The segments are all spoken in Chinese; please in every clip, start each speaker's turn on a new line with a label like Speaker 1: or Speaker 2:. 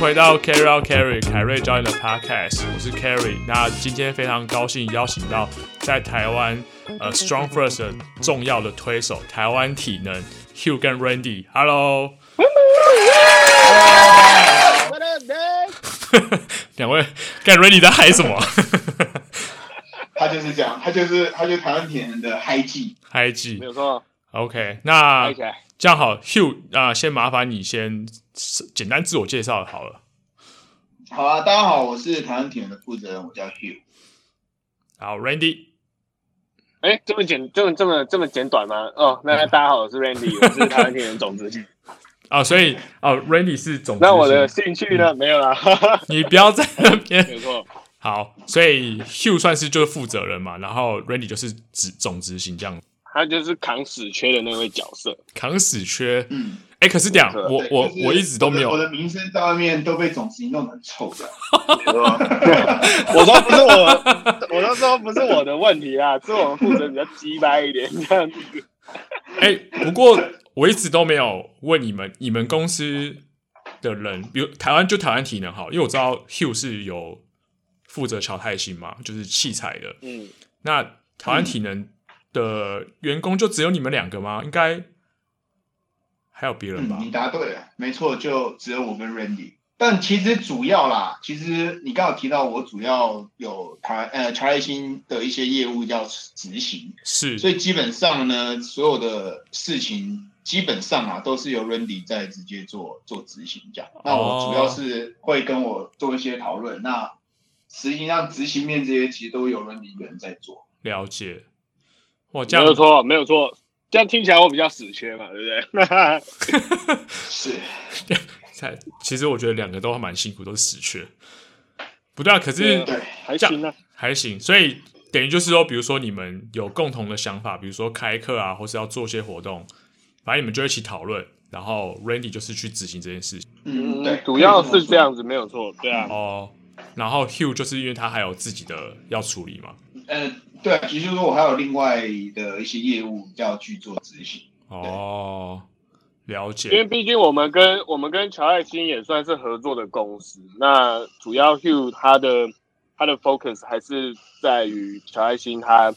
Speaker 1: 回到 Carry Out Carry 凯瑞教练的 Podcast，我是 Carry。那今天非常高兴邀请到在台湾呃 Strong First 的重要的推手，台湾体能 Hugh 跟 Randy。Hello，
Speaker 2: What up, Dave？
Speaker 1: 两位， 看 Randy 在嗨什么？
Speaker 3: 他就是这样，他就是他就是台湾铁人的嗨技，
Speaker 1: 嗨记
Speaker 2: 没有错，
Speaker 1: OK，那
Speaker 2: 嗨起来。
Speaker 1: 这样好，Hugh 啊、先麻烦你先简单自我介绍好了。
Speaker 3: 好啊，大家好，我是台湾铁人的负责人，我叫 Hugh。
Speaker 1: 好，Randy，
Speaker 2: 哎，这么简，这么这么这么简短吗？哦，那大家好，我是 Randy，我是台湾铁人总执行。
Speaker 1: 啊，所以哦，Randy 是总
Speaker 2: 那我的
Speaker 1: 执行，
Speaker 2: 兴趣呢？没有 啦，
Speaker 1: 你不要在那
Speaker 2: 没
Speaker 1: 边。
Speaker 2: 错，
Speaker 1: 好，所以 Hugh 算是就是负责人嘛，然后 Randy 就是执总执行这样，
Speaker 2: 他就是扛死缺的那位角色。
Speaker 1: 扛死缺。
Speaker 3: 嗯，
Speaker 1: 哎、可是这样，我
Speaker 3: 对
Speaker 1: 我
Speaker 3: 就是
Speaker 1: 我一直都没
Speaker 3: 我
Speaker 1: 有
Speaker 3: 的，我的名声在外面都被总经理弄得很臭的。
Speaker 2: 我说不是 我，我都说不是我的问题啦，是我们负责比较鸡掰一点 这样子。
Speaker 1: 哎、不过我一直都没有问你们，你们公司的人，比如台湾就台湾体能好，因为我知道 Hugh 是有负责乔泰新嘛，就是器材的，
Speaker 2: 嗯，
Speaker 1: 那台湾体能的员工就只有你们两个吗？应该还有别人吧
Speaker 3: 嗯，？你答对了，没错，就只有我跟 Randy。但其实主要啦，其实你刚好提到我主要有台呃乔爱新的一些业务要执行，
Speaker 1: 是
Speaker 3: 所以基本上呢，所有的事情基本上啊都是由 Randy 在直接做做执行这样。那我主要是会跟我做一些讨论，那实际上执行面这些其实都由 Randy 一个人在做。
Speaker 1: 了解。哇，这
Speaker 2: 没有
Speaker 1: 样
Speaker 2: 错，没有错。这样听起来我比较死缺嘛，对 不对？
Speaker 3: 是，
Speaker 1: 才其实我觉得两个都蛮辛苦，都是死缺。不对啊，可是
Speaker 2: 对
Speaker 3: 对，
Speaker 2: 还行啊，
Speaker 1: 还行，所以等于就是说，比如说你们有共同的想法，比如说开课啊，或是要做些活动，反正你们就一起讨论，然后 Randy 就是去执行这件事情
Speaker 3: 嗯，对
Speaker 2: 嗯，，主要
Speaker 3: 可以
Speaker 2: 是
Speaker 3: 么
Speaker 2: 这样子，没有错，对啊。
Speaker 1: 哦。然后 Hugh 就是因为他还有自己的要处理嘛，
Speaker 3: 说。呃，对，也就是说我还有另外的一些业务要去做执行。
Speaker 1: 哦，了解。
Speaker 2: 因为毕竟我们跟我们跟乔爱新也算是合作的公司，那主要 Hugh 他的他的 focus 还是在于乔爱新他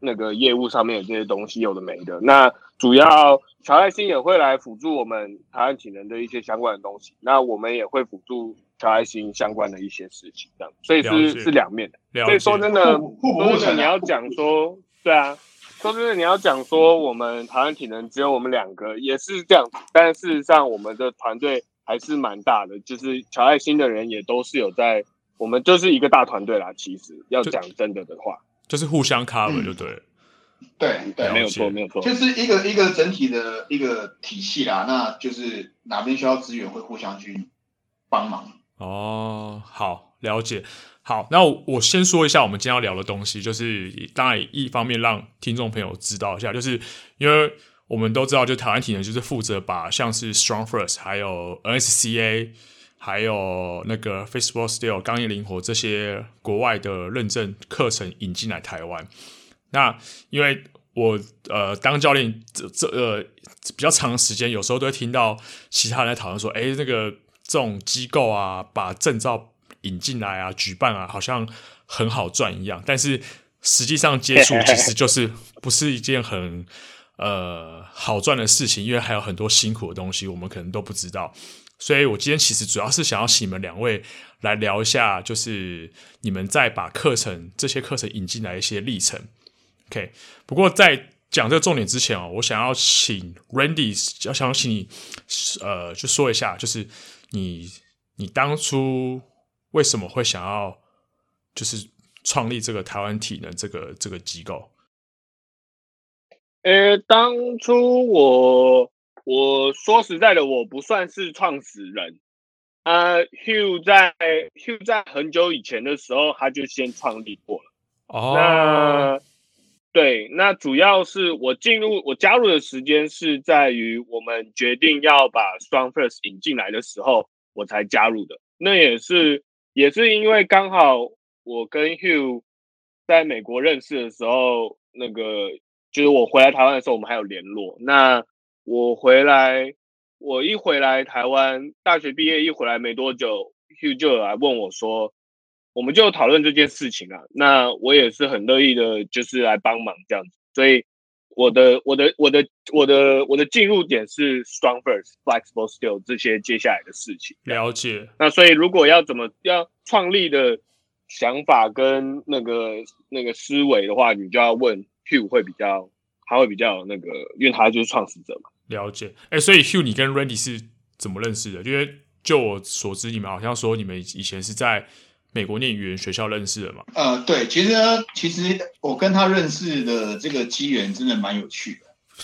Speaker 2: 那个业务上面有这些东西有的没的。那主要乔爱新也会来辅助我们台湾体能的一些相关的东西，那我们也会辅助乔爱新相关的一些事情，这样，所以
Speaker 1: 了解
Speaker 2: 是是两面的。
Speaker 1: 了
Speaker 2: 所以
Speaker 1: 解。
Speaker 2: 说真的，
Speaker 3: 互互补
Speaker 2: 说
Speaker 3: 互
Speaker 2: 真的，
Speaker 3: 成
Speaker 2: 呃嗯你
Speaker 3: 啊
Speaker 2: 要讲说，对啊，说真的，你要讲说我们台湾体能只有我们两个，也是这样子。但事实上，我们的团队还是蛮大的，就是乔爱心的人也都是有在，我们就是一个大团队啦。其实要
Speaker 1: 就
Speaker 2: 讲真的的话，
Speaker 1: 就是互相 cover
Speaker 3: 嗯
Speaker 1: 就对了。
Speaker 3: 对对
Speaker 1: 了解
Speaker 2: 没有错，没有错，
Speaker 3: 就是一个一个整体的一个体系啦，那就是哪边需要资源会互相去帮忙。
Speaker 1: 哦，好，了解。好，那我我先说一下我们今天要聊的东西，就是当然一方面让听众朋友知道一下，就是因为我们都知道，就台湾体能就是负责把像是 Strong First、还有 NSCA、还有那个 f a c e b o o k Steel 钢业灵活这些国外的认证课程引进来台湾。那因为我呃当教练这这呃比较长的时间，有时候都会听到其他人在讨论说，哎、那个这种机构啊，把证照引进来啊，举办啊，好像很好赚一样，但是实际上接触其实就是不是一件很。呃，好赚的事情，因为还有很多辛苦的东西，我们可能都不知道。所以我今天其实主要是想要请你们两位来聊一下，就是你们在把课程这些课程引进来一些历程。OK，不过在讲这个重点之前哦，我想要请 Randy，要想要请你呃，就说一下，就是你你当初为什么会想要就是创立这个台湾体能这个这个机构？
Speaker 2: 呃，当初我我说实在的，我不算是创始人。啊、h u g h 在 Hugh 在很久以前的时候，他就先创立过了。
Speaker 1: 哦，
Speaker 2: 那对，那主要是我进入我加入的时间是在于我们决定要把 Strong First 引进来的时候，我才加入的。那也是也是因为刚好我跟 Hugh 在美国认识的时候，那个就是我回来台湾的时候，我们还有联络。那我回来我一回来台湾，大学毕业一回来没多久，Hugh 就有来问我说，我们就讨论这件事情啊。那我也是很乐意的，就是来帮忙这样子。所以我的我的我的我的我的进入点是 strong first flexible steel 这些接下来的事情。
Speaker 1: 了解，
Speaker 2: 那所以如果要怎么要创立的想法跟那个那个思维的话，你就要问 Hugh 会比较，他会比较有那个，因为他就是创始者嘛。
Speaker 1: 了解。哎、所以 Hugh，你跟 Randy 是怎么认识的？因为就我所知，你们好像说你们以前是在美国念语言学校认识的嘛？
Speaker 3: 呃，对，其实其实我跟他认识的这个机缘真的蛮有趣的，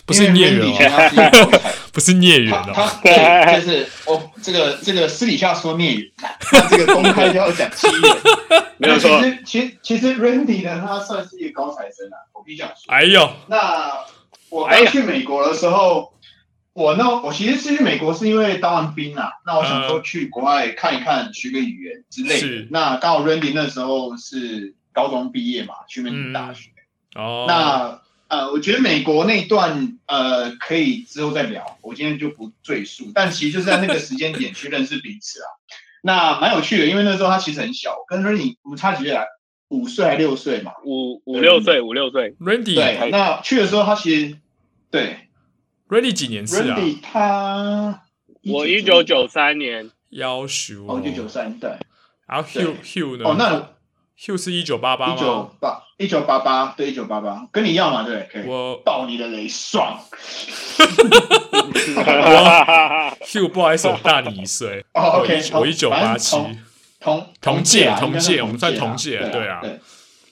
Speaker 1: 不是孽
Speaker 3: 孽
Speaker 1: 缘哦，
Speaker 3: 他是一个鬼才
Speaker 1: 不是 孽缘
Speaker 3: 他
Speaker 1: 哦。
Speaker 3: 他对，就是我这个这个私底下说孽缘， 那这个公开就要讲机缘。
Speaker 2: 没有错
Speaker 3: 其实其实其实 Randy 呢，他算是一个高材生啊，我必须讲说。
Speaker 1: 哎呦，
Speaker 3: 那我
Speaker 2: 哎
Speaker 3: 刚
Speaker 2: 呀
Speaker 3: 去美国的时候，我那我其实去美国是因为当完兵啊，那我想说去国外看一看，学个语言之类
Speaker 1: 是
Speaker 3: 的。那刚好 Randy 那时候是高中毕业嘛，去美国大学。
Speaker 1: 哦，
Speaker 3: 那呃，我觉得美国那一段呃，可以之后再聊，我今天就不赘述。但其实就是在那个时间点去认识彼此啊， 那蛮有趣的，因为那时候他其实很小，跟 Randy 我们差几岁啊，五岁还六岁嘛。
Speaker 2: 五五六岁，五六岁，
Speaker 1: Randy，Randy
Speaker 3: 对，那去的时候他其实对。
Speaker 1: 几年次啊？
Speaker 3: Randy 他
Speaker 2: 我一九九三 年，
Speaker 1: 要求
Speaker 3: 哦，一九九三对，
Speaker 1: 然后 Hugh Hugh 呢？
Speaker 3: 哦，那
Speaker 1: Hugh 是一九八八
Speaker 3: 一九
Speaker 1: 吗？
Speaker 3: 八一九八八对一九八八，跟你要嘛对，可以
Speaker 1: 我
Speaker 3: 爆你的雷爽
Speaker 1: Hugh 不好意思，我大你一岁，
Speaker 3: 哦
Speaker 1: 我
Speaker 3: ，OK，
Speaker 1: 一我一九八七，
Speaker 3: 同同
Speaker 1: 同届
Speaker 3: 啊
Speaker 1: 同
Speaker 3: 应该
Speaker 1: 届我们算
Speaker 3: 啊
Speaker 1: 同届
Speaker 3: 对
Speaker 1: 对啊
Speaker 3: 啊，对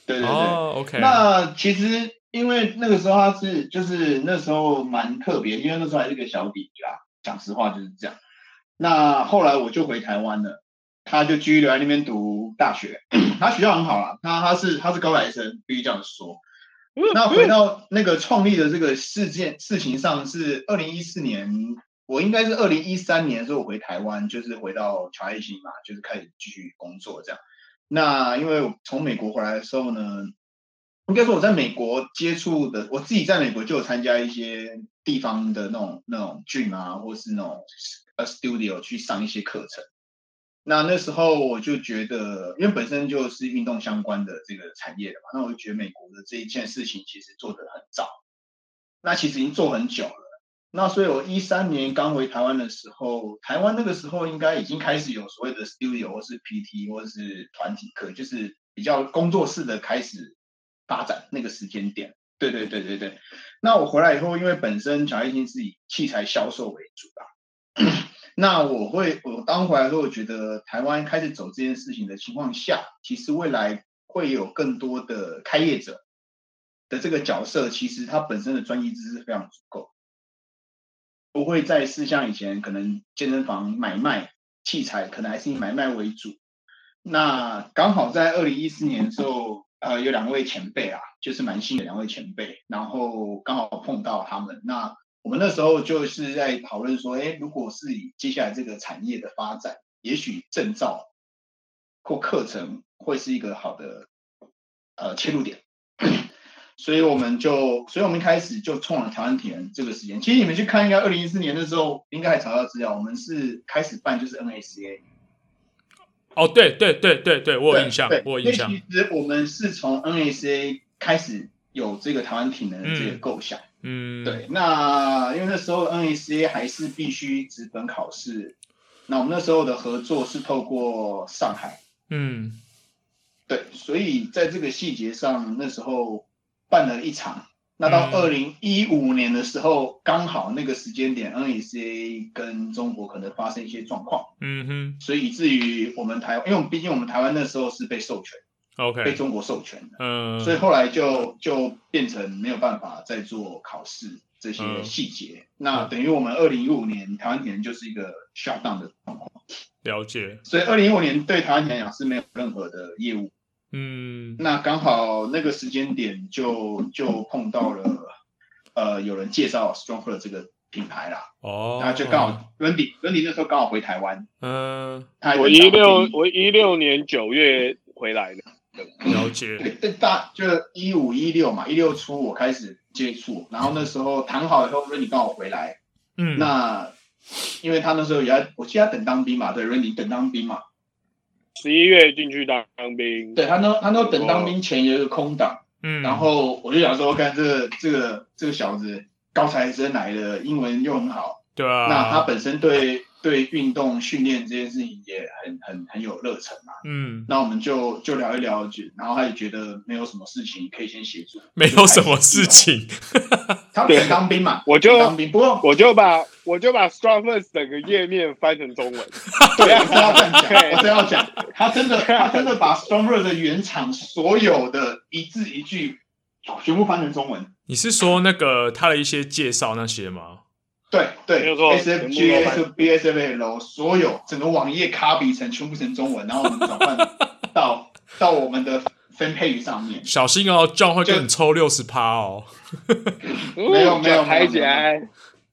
Speaker 3: 对对对。
Speaker 1: 哦，OK，
Speaker 3: 那其实因为那个时候他是就是那时候蛮特别，因为那时候还是个小弟弟啦，讲实话就是这样。那后来我就回台湾了，他就继续留在那边读大学，他学校很好啦，他他是他是高材生，必须这样说。那回到那个创立的这个事件事情上，是二零一四年，我应该是二零一三年的时候我回台湾，就是回到乔爱心嘛，就是开始继续工作这样。那因为我从美国回来的时候呢，应该说我在美国接触的，我自己在美国就有参加一些地方的那种那种 gym 啊，或是那种呃 studio 去上一些课程。那那时候我就觉得，因为本身就是运动相关的这个产业的嘛，那我就觉得美国的这一件事情其实做得很早，那其实已经做很久了。那所以我一三年刚回台湾的时候，台湾那个时候应该已经开始有所谓的 studio 或是 PT 或是团体课，就是比较工作室的开始发展那个时间点。对对对对对。那我回来以后，因为本身乔爱心是以器材销售为主啊， 那我会，我当回来之后，我觉得台湾开始走这件事情的情况下，其实未来会有更多的开业者的这个角色，其实他本身的专业知识非常足够，不会再是像以前可能健身房买卖器材，可能还是以买卖为主。那刚好在二零一四年的时候，呃，有两位前辈啊，就是蛮新的两位前辈，然后刚好碰到他们，那我们那时候就是在讨论说，哎，如果是以接下来这个产业的发展，也许证照或课程会是一个好的呃切入点。所以我们就，所以我们一开始就冲了台湾体能这个时间。其实你们去看，应该二零一四年的时候，应该还查到资料，我们是开始办就是 NACA，
Speaker 1: 哦，对对对对对，我有印象
Speaker 3: 对，
Speaker 1: 我有
Speaker 3: 因
Speaker 1: 印
Speaker 3: 为
Speaker 1: 象，
Speaker 3: 其实我们是从 NACA 开始有这个台湾体能的这个
Speaker 1: 嗯
Speaker 3: 构想。
Speaker 1: 嗯，
Speaker 3: 对，那因为那时候 NACA 还是必须直本考试，那我们那时候的合作是透过上海，
Speaker 1: 嗯，
Speaker 3: 对，所以在这个细节上，那时候办了一场。那到
Speaker 1: 嗯
Speaker 3: 二零一五年的时候，刚好那个时间点，NACA 跟中国可能发生一些状况，
Speaker 1: 嗯
Speaker 3: 所以以至于我们台，因为我们毕竟我们台湾那时候是被授权，
Speaker 1: 哼
Speaker 3: 被
Speaker 1: ，OK，
Speaker 3: 中国授权的。
Speaker 1: 嗯，
Speaker 3: 所以后来就就变成没有办法再做考试这些
Speaker 1: 嗯
Speaker 3: 细节。那等于我们二零一五年台湾体能就是一个 shut down 的状况，
Speaker 1: 了解，
Speaker 3: 所以二零一五年对台湾体能来讲是没有任何的业务。
Speaker 1: 嗯，
Speaker 3: 那刚好那个时间点就就碰到了，呃，有人介绍 Stronger 这个品牌啦，
Speaker 1: 哦，
Speaker 3: 然后就刚，好 Randy Randy 那时候刚好回台湾，
Speaker 1: 嗯，
Speaker 3: 他
Speaker 2: 我一六我一六年九月回来的，
Speaker 1: 了解，
Speaker 3: 嗯对，这大就一五一六嘛，一六初我开始接触，然后那时候谈好以后，Randy 刚好回来。
Speaker 1: 嗯，
Speaker 3: 那因为他那时候也在，我记得他等当兵嘛，对 Randy 等当兵嘛，
Speaker 2: 十一月进去当兵，
Speaker 3: 对他那他那时候等当兵前有一个空档，
Speaker 1: 嗯，
Speaker 3: 然后我就想说，看这个这个这个小子高材生来的，英文又很好，
Speaker 1: 对啊，
Speaker 3: 那他本身对对运动训练这件事情也很很很有热忱嘛，
Speaker 1: 嗯，
Speaker 3: 那我们就就聊一聊，就然后他也觉得没有什么事情可以先协助，
Speaker 1: 没有什么事情，
Speaker 3: 他
Speaker 2: 对
Speaker 3: 等当兵嘛，
Speaker 2: 我就
Speaker 3: 等当兵，不过
Speaker 2: 我就把我就把 Strong First 整个页面翻成中文，
Speaker 3: 对，我 真
Speaker 2: 对
Speaker 3: 要这样讲，我真要讲，他真的，他真的把 Strong r 的原厂所有的一字一句全部翻成中文。
Speaker 1: 你是说那个他的一些介绍那些吗？
Speaker 3: 对
Speaker 2: 没
Speaker 3: 对
Speaker 2: 有错
Speaker 3: ，S F
Speaker 2: 全
Speaker 3: G
Speaker 2: 部都翻
Speaker 3: S B S F L 所有整个网页 copy 成全部成中文，然后我们转换到到我们的分配上面。
Speaker 1: 小心哦，John 会跟你抽六十趴哦。
Speaker 3: 没 有没有
Speaker 2: 抬起来，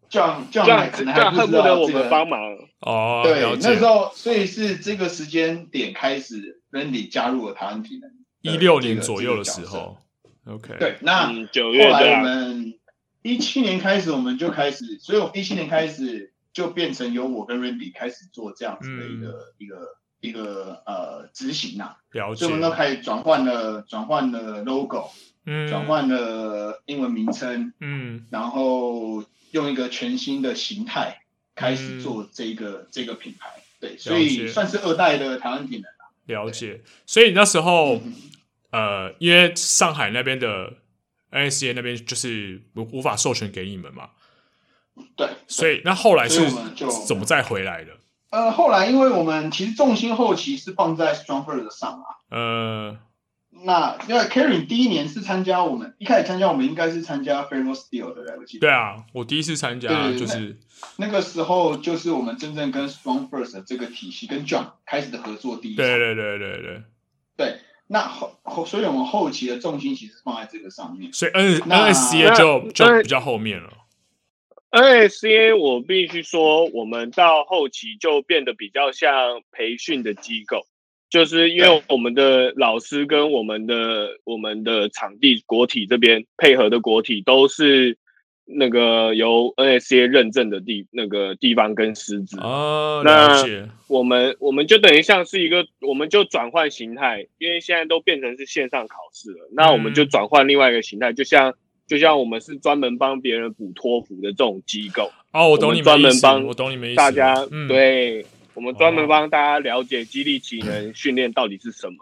Speaker 3: 这样这
Speaker 2: 这
Speaker 3: 样
Speaker 2: 样
Speaker 3: 可
Speaker 2: 这
Speaker 3: 能还
Speaker 2: 样
Speaker 3: 不
Speaker 2: 恨
Speaker 3: 知
Speaker 2: 不得
Speaker 3: 道
Speaker 2: 我
Speaker 3: 这
Speaker 2: 们
Speaker 3: 个。
Speaker 2: 帮忙，
Speaker 1: 哦，了
Speaker 3: 对，那
Speaker 1: 解
Speaker 3: 时。候所以是这个时间点开始，Randy 加入了台湾体能的
Speaker 1: 一六
Speaker 3: 这
Speaker 1: 年
Speaker 3: 个
Speaker 1: 左
Speaker 3: 这
Speaker 1: 右
Speaker 3: 个
Speaker 1: 的
Speaker 3: 角
Speaker 1: 时
Speaker 3: 色。
Speaker 1: 候，OK，，
Speaker 3: 对，那。
Speaker 2: 嗯，九
Speaker 3: 啊后
Speaker 2: 月这
Speaker 3: 来我
Speaker 2: 样，
Speaker 3: 们一七年开始，我们就开始，所以我们一七年开始就变成由我跟 Randy 开始做这样子的一个、一个一个呃执行呐、
Speaker 1: 嗯了解
Speaker 3: 所以我，们都开始转换了转换了 logo，
Speaker 1: 嗯，
Speaker 3: 转，换了英文名称，
Speaker 1: 嗯，
Speaker 3: 然后用一个全新的形态开始做这个、
Speaker 1: 嗯
Speaker 3: 这个品牌。对，所以算是二代的台湾体能。
Speaker 1: 了解。所以那时候，
Speaker 3: 嗯
Speaker 1: 呃，因为上海那边的 NSA 那边就是无无法授权给你们嘛，
Speaker 3: 对，
Speaker 1: 所以那后来是
Speaker 3: 所以我们就
Speaker 1: 怎么再回来的？
Speaker 3: 呃，后来因为我们其实重心后期是放在 Stronger 上啊，
Speaker 1: 呃，
Speaker 3: 那因为 Karen 第一年是参加我们一开始参加我们应该是参加 f a m o Steel 的，来不及。
Speaker 1: 对啊，我第一次参加
Speaker 3: 对对对
Speaker 1: 就是，
Speaker 3: 那个时候就是我们真正跟 Strong First 的这个体系跟 John 开始的合作第一场。
Speaker 1: 对对对对对，
Speaker 3: 那后后，所以我们后期的重心其实放在这个上面。
Speaker 1: 所以 N
Speaker 3: 那
Speaker 1: NSA
Speaker 2: 那
Speaker 1: 就就
Speaker 2: 那
Speaker 1: 比较后面了。
Speaker 2: NSCA 我必须说，我们到后期就变得比较像培训的机构，就是因为我们的老师跟我们的我们的场地国体这边配合的国体都是那个由 NSCA 认证的地那个地方跟师资，
Speaker 1: 哦，
Speaker 2: 那
Speaker 1: 了解，
Speaker 2: 我们我们就等于像是一个，我们就转换形态，因为现在都变成是线上考试了，那我们就转换另外一个形态，就像就像我们是专门帮别人补托福的这种机构。
Speaker 1: 哦，我
Speaker 2: 我
Speaker 1: 懂
Speaker 2: 们
Speaker 1: 你们
Speaker 2: 专
Speaker 1: 意
Speaker 2: 门
Speaker 1: 思，
Speaker 2: 帮
Speaker 1: 我懂你们意思，
Speaker 2: 大家、
Speaker 1: 嗯，
Speaker 2: 对我们专
Speaker 1: 哦
Speaker 2: 门帮大家了解激励体能训练到底是什么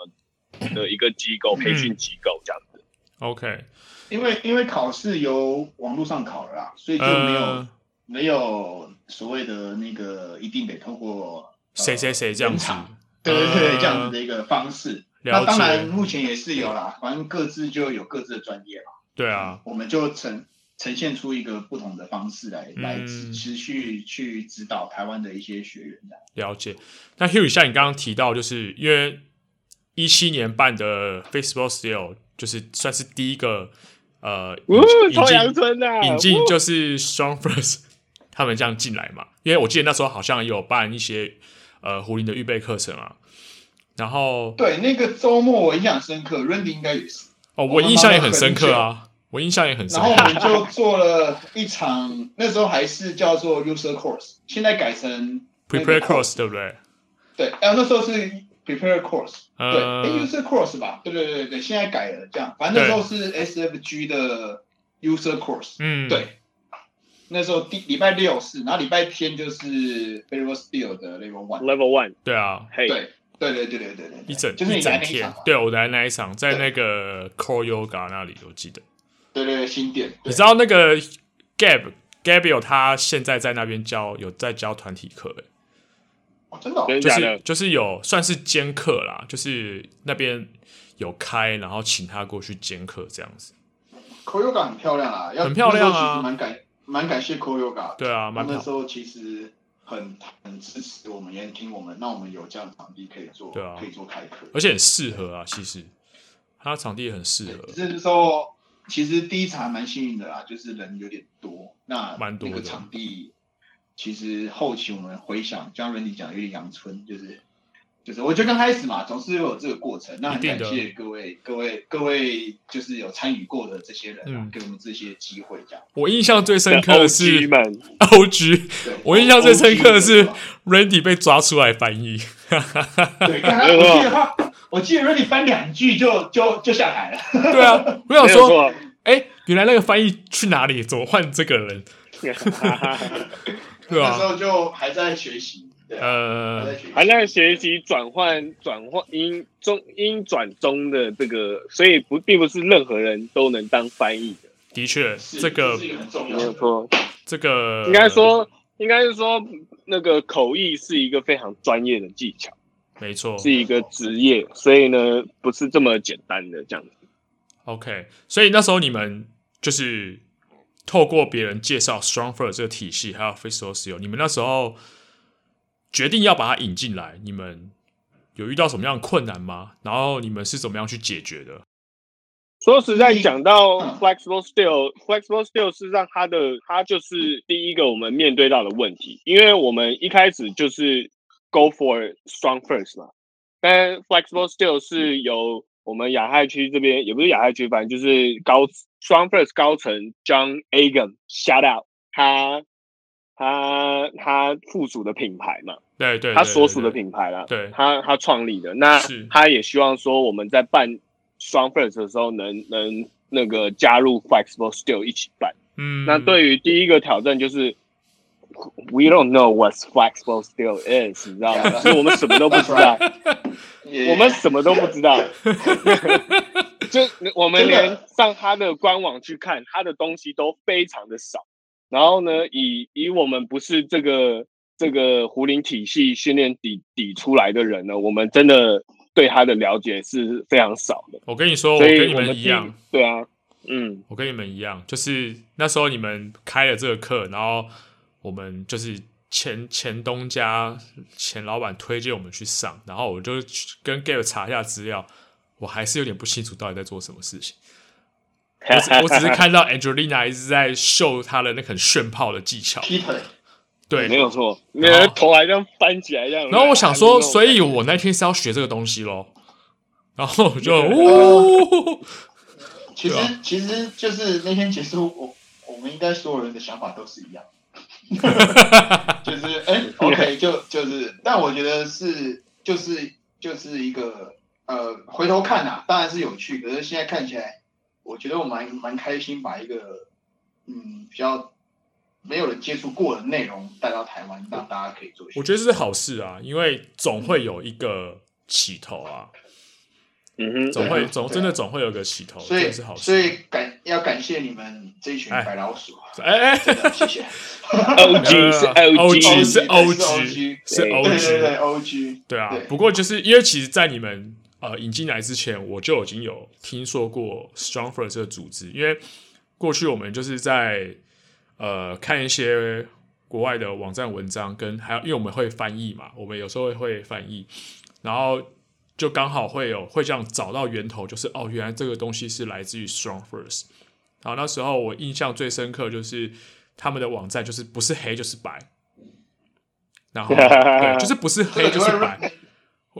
Speaker 2: 的一个机构、培训机构这样子。
Speaker 1: ，OK，
Speaker 3: 因为因为考试由网络上考了啦，所以就没有、
Speaker 1: 呃，
Speaker 3: 没有所谓的那个一定得透过呃
Speaker 1: 谁谁谁这样
Speaker 3: 人
Speaker 1: 子
Speaker 3: 场，对对对，
Speaker 1: 呃
Speaker 3: 这样子的一个方式。
Speaker 1: 了
Speaker 3: 那当然，
Speaker 1: 解，
Speaker 3: 目前也是有啦，反正各自就有各自的专业嘛。
Speaker 1: 对啊，
Speaker 3: 我们就呈呈现出一个不同的方式来、
Speaker 1: 嗯
Speaker 3: 来持持续去指导台湾的一些学员的。
Speaker 1: 了解。那 Hugh，像你刚刚提到，就是因为一七年办的 Facebook Sale，就是算是第一个呃
Speaker 2: 呜、
Speaker 1: 引
Speaker 2: 朝阳
Speaker 1: 进
Speaker 2: 村的、啊、
Speaker 1: 引进
Speaker 2: 呜
Speaker 1: 就是 Strong First 他们这样进来嘛。因为我记得那时候好像有办一些呃胡林的预备课程啊，然后
Speaker 3: 对，那个周末我印象深刻，Randy 应该也是。
Speaker 1: 哦，
Speaker 3: 我
Speaker 1: 我
Speaker 3: 们
Speaker 1: 印象也
Speaker 3: 忙
Speaker 1: 很
Speaker 3: 了
Speaker 1: 深
Speaker 3: 很
Speaker 1: 刻
Speaker 3: 久
Speaker 1: 啊，我印象也很深
Speaker 3: 然后我
Speaker 1: 刻。
Speaker 3: 们就做了一场，那时候还是叫做 User Course，现在改成那个
Speaker 1: Prepare Course 对不对？
Speaker 3: 对，呃，那时候是 Prepare Course，对、
Speaker 1: 呃
Speaker 3: 诶 u s e r Course 吧？对对对对，现在改了这样，反正那时候是 SFG 的 User Course，
Speaker 1: 嗯，
Speaker 3: 对，那时候第礼拜六是，然后礼拜天就是 f a v o r Steel 的 Level One。
Speaker 2: Level One，
Speaker 1: 对啊，
Speaker 2: 嘿，
Speaker 3: 对对对对对对对，
Speaker 1: 一整
Speaker 3: 就是
Speaker 1: 一
Speaker 3: 你来
Speaker 1: 整
Speaker 3: 那一
Speaker 1: 天
Speaker 3: 场嘛，
Speaker 1: 对我来那一场，在
Speaker 3: 对
Speaker 1: 那个 Core Yoga 那里，我记得。
Speaker 3: 对对对，新店，
Speaker 1: 你
Speaker 3: 对
Speaker 1: 知道那个 Gab Gabriel 他现在在那边教有在教团体课、欸，
Speaker 3: 哦真的哦
Speaker 2: 真的
Speaker 1: 就
Speaker 2: 假
Speaker 1: 是
Speaker 2: 的？
Speaker 1: 就是有算是兼课啦，就是那边有开，然后请他过去兼课这样子。
Speaker 3: ，Koyoga 很漂亮啊，要
Speaker 1: 很漂亮啊
Speaker 3: 那时候其实蛮感蛮感谢 Koyoga，
Speaker 1: 对啊，
Speaker 3: 他
Speaker 1: 蛮
Speaker 3: 那时
Speaker 1: 好。
Speaker 3: 候其实很很支持我们，也很听我们，那我们有这样的场地可以做，
Speaker 1: 对啊
Speaker 3: 可以做开课，
Speaker 1: 而且很适合啊，其实他场地也很适合
Speaker 3: 对，。只是说其实第一场还蛮幸运的啦，就是人有点多，那
Speaker 1: 蛮多的
Speaker 3: 那个场地。其实后期我们回想，像 Randy 讲的有点阳春，就是就是我觉得刚开始嘛，总是会有这个过程。那很
Speaker 1: 一定
Speaker 3: 感
Speaker 1: 的
Speaker 3: 谢各位、各位、各位，就是有参与过的这些人、啊
Speaker 1: 嗯
Speaker 3: 给我们这些机会，这样。
Speaker 1: 我印象最深刻的是
Speaker 2: OG 们
Speaker 1: O G，
Speaker 3: 对
Speaker 1: 我印象最深刻的是
Speaker 3: 我
Speaker 1: Randy 被抓出来翻译，
Speaker 3: 对，刚刚我记得他，我记得说你翻两句就就就下台了。
Speaker 1: 对啊，我想
Speaker 2: 没有
Speaker 1: 说，
Speaker 2: 错，
Speaker 1: 哎、原来那个翻译去哪里？怎么换这个人？对
Speaker 3: 那时
Speaker 1: 啊，
Speaker 3: 候就还在学习，对啊，还在
Speaker 1: 呃，
Speaker 2: 还在
Speaker 3: 学习，
Speaker 2: 学习转换转换英中英转中的这个，所以不并不是任何人都能当翻译的，
Speaker 1: 的确，
Speaker 3: 是
Speaker 1: 这个
Speaker 3: 是一个很
Speaker 1: 嗯
Speaker 3: 重要
Speaker 2: 没有
Speaker 3: 的。
Speaker 2: 错。
Speaker 1: 这个
Speaker 2: 应该说，应该是说那个口译是一个非常专业的技巧，
Speaker 1: 没错
Speaker 2: 是一个职业，所以呢不是这么简单的这样子。
Speaker 1: ，OK。所以那时候你们就是透过别人介绍 Strongford 这个体系，还有 f i s o s i o 你们那时候决定要把它引进来，你们有遇到什么样的困难吗？然后你们是怎么样去解决的？
Speaker 2: 说实在，讲到
Speaker 3: 嗯
Speaker 2: flexible steel，flexible steel 是让它的它就是第一个我们面对到的问题，因为我们一开始就是 go for strong first 嘛，但 flexible steel 是由我们亚太区这边也不是亚太区，反正就是高 strong first 高层 John Agam shout out 他他他附属的品牌嘛，
Speaker 1: 对对对
Speaker 2: 他所属的
Speaker 1: 对
Speaker 2: 品牌啦，
Speaker 1: 对
Speaker 2: 他他创立的。那
Speaker 1: 是
Speaker 2: 他也希望说我们在办双 first 的时候能能那个加入 flexible steel 一起办。
Speaker 1: 嗯，
Speaker 2: 那对于第一个挑战就是。We don't know what flexible steel is，你知 道吗？
Speaker 3: Yeah.
Speaker 2: 所以我们什么都不知道，
Speaker 3: 也
Speaker 2: 我们什么都不 知道。就我们连上他的官网去看，他的东西都非常的少。然后呢，以以我们不是这个这个胡林体系训练底底出来的人呢，我们真的对他的了解是非常少的。
Speaker 1: 我跟你说，我
Speaker 2: 所
Speaker 1: 哦跟你
Speaker 2: 以我
Speaker 1: 们
Speaker 2: 们
Speaker 1: 一
Speaker 2: 第
Speaker 1: 样，
Speaker 2: 对啊，嗯，
Speaker 1: 我跟你们一样，就是那时候你们开了这个课，然后我们就是前前东家前老板推荐我们去上，然后我就去跟 Gabe 查一下资料，我还是有点不清楚到底在做什么事 情。我只我只是看到 Angelina 一直在秀她的那个很炫炮的技巧，
Speaker 3: 劈腿，
Speaker 1: 对，
Speaker 2: 没有错，你
Speaker 1: 然后
Speaker 2: 的头还这样翻起来这样。
Speaker 1: 然后我想说，所
Speaker 2: 以
Speaker 1: 以我那天是要学这个东西咯。然后我 就呜，
Speaker 3: 其实
Speaker 1: 对啊
Speaker 3: 其实就是那天结束，我我们应该所有人的想法都是一 样，就是哎、OK 就就是，但我觉得是就是就是一个呃回头看呐、当然是有趣，可是现在看起来，我觉得我蛮蛮开心，把一个嗯比较没有人接触过的内容带到台湾，让大家可以做学习。
Speaker 1: 我觉得这是好事啊，因为总会有一个起头啊。
Speaker 2: 嗯哼，
Speaker 1: 总
Speaker 3: 对
Speaker 1: 会
Speaker 3: 啊
Speaker 1: 总
Speaker 3: 对啊
Speaker 1: 真的总会有个起头，
Speaker 3: 所
Speaker 1: 这
Speaker 3: 以
Speaker 1: 个是好事。
Speaker 3: 所以感要感谢你们这一群
Speaker 1: 哎
Speaker 3: 白老 鼠，
Speaker 1: 哎哎
Speaker 3: 真的谢谢。
Speaker 2: OG 是
Speaker 1: OG 呃是
Speaker 3: OG，
Speaker 1: OG 是 OG，
Speaker 3: 对对对，OG，
Speaker 1: 对啊
Speaker 3: 对。
Speaker 1: 不过就是因为其实，在你们呃引进来之前，我就已经有听说过 Strongford 这个组织，因为过去我们就是在呃看一些国外的网站文章，跟还有因为我们会翻译嘛，我们有时候会翻译，然后就刚好会有会这样找到源头，就是哦，原来这个东西是来自于 Strong First。然后那时候我印象最深刻就是他们的网站就是不是黑就是白，然后对，就是不是黑就是白，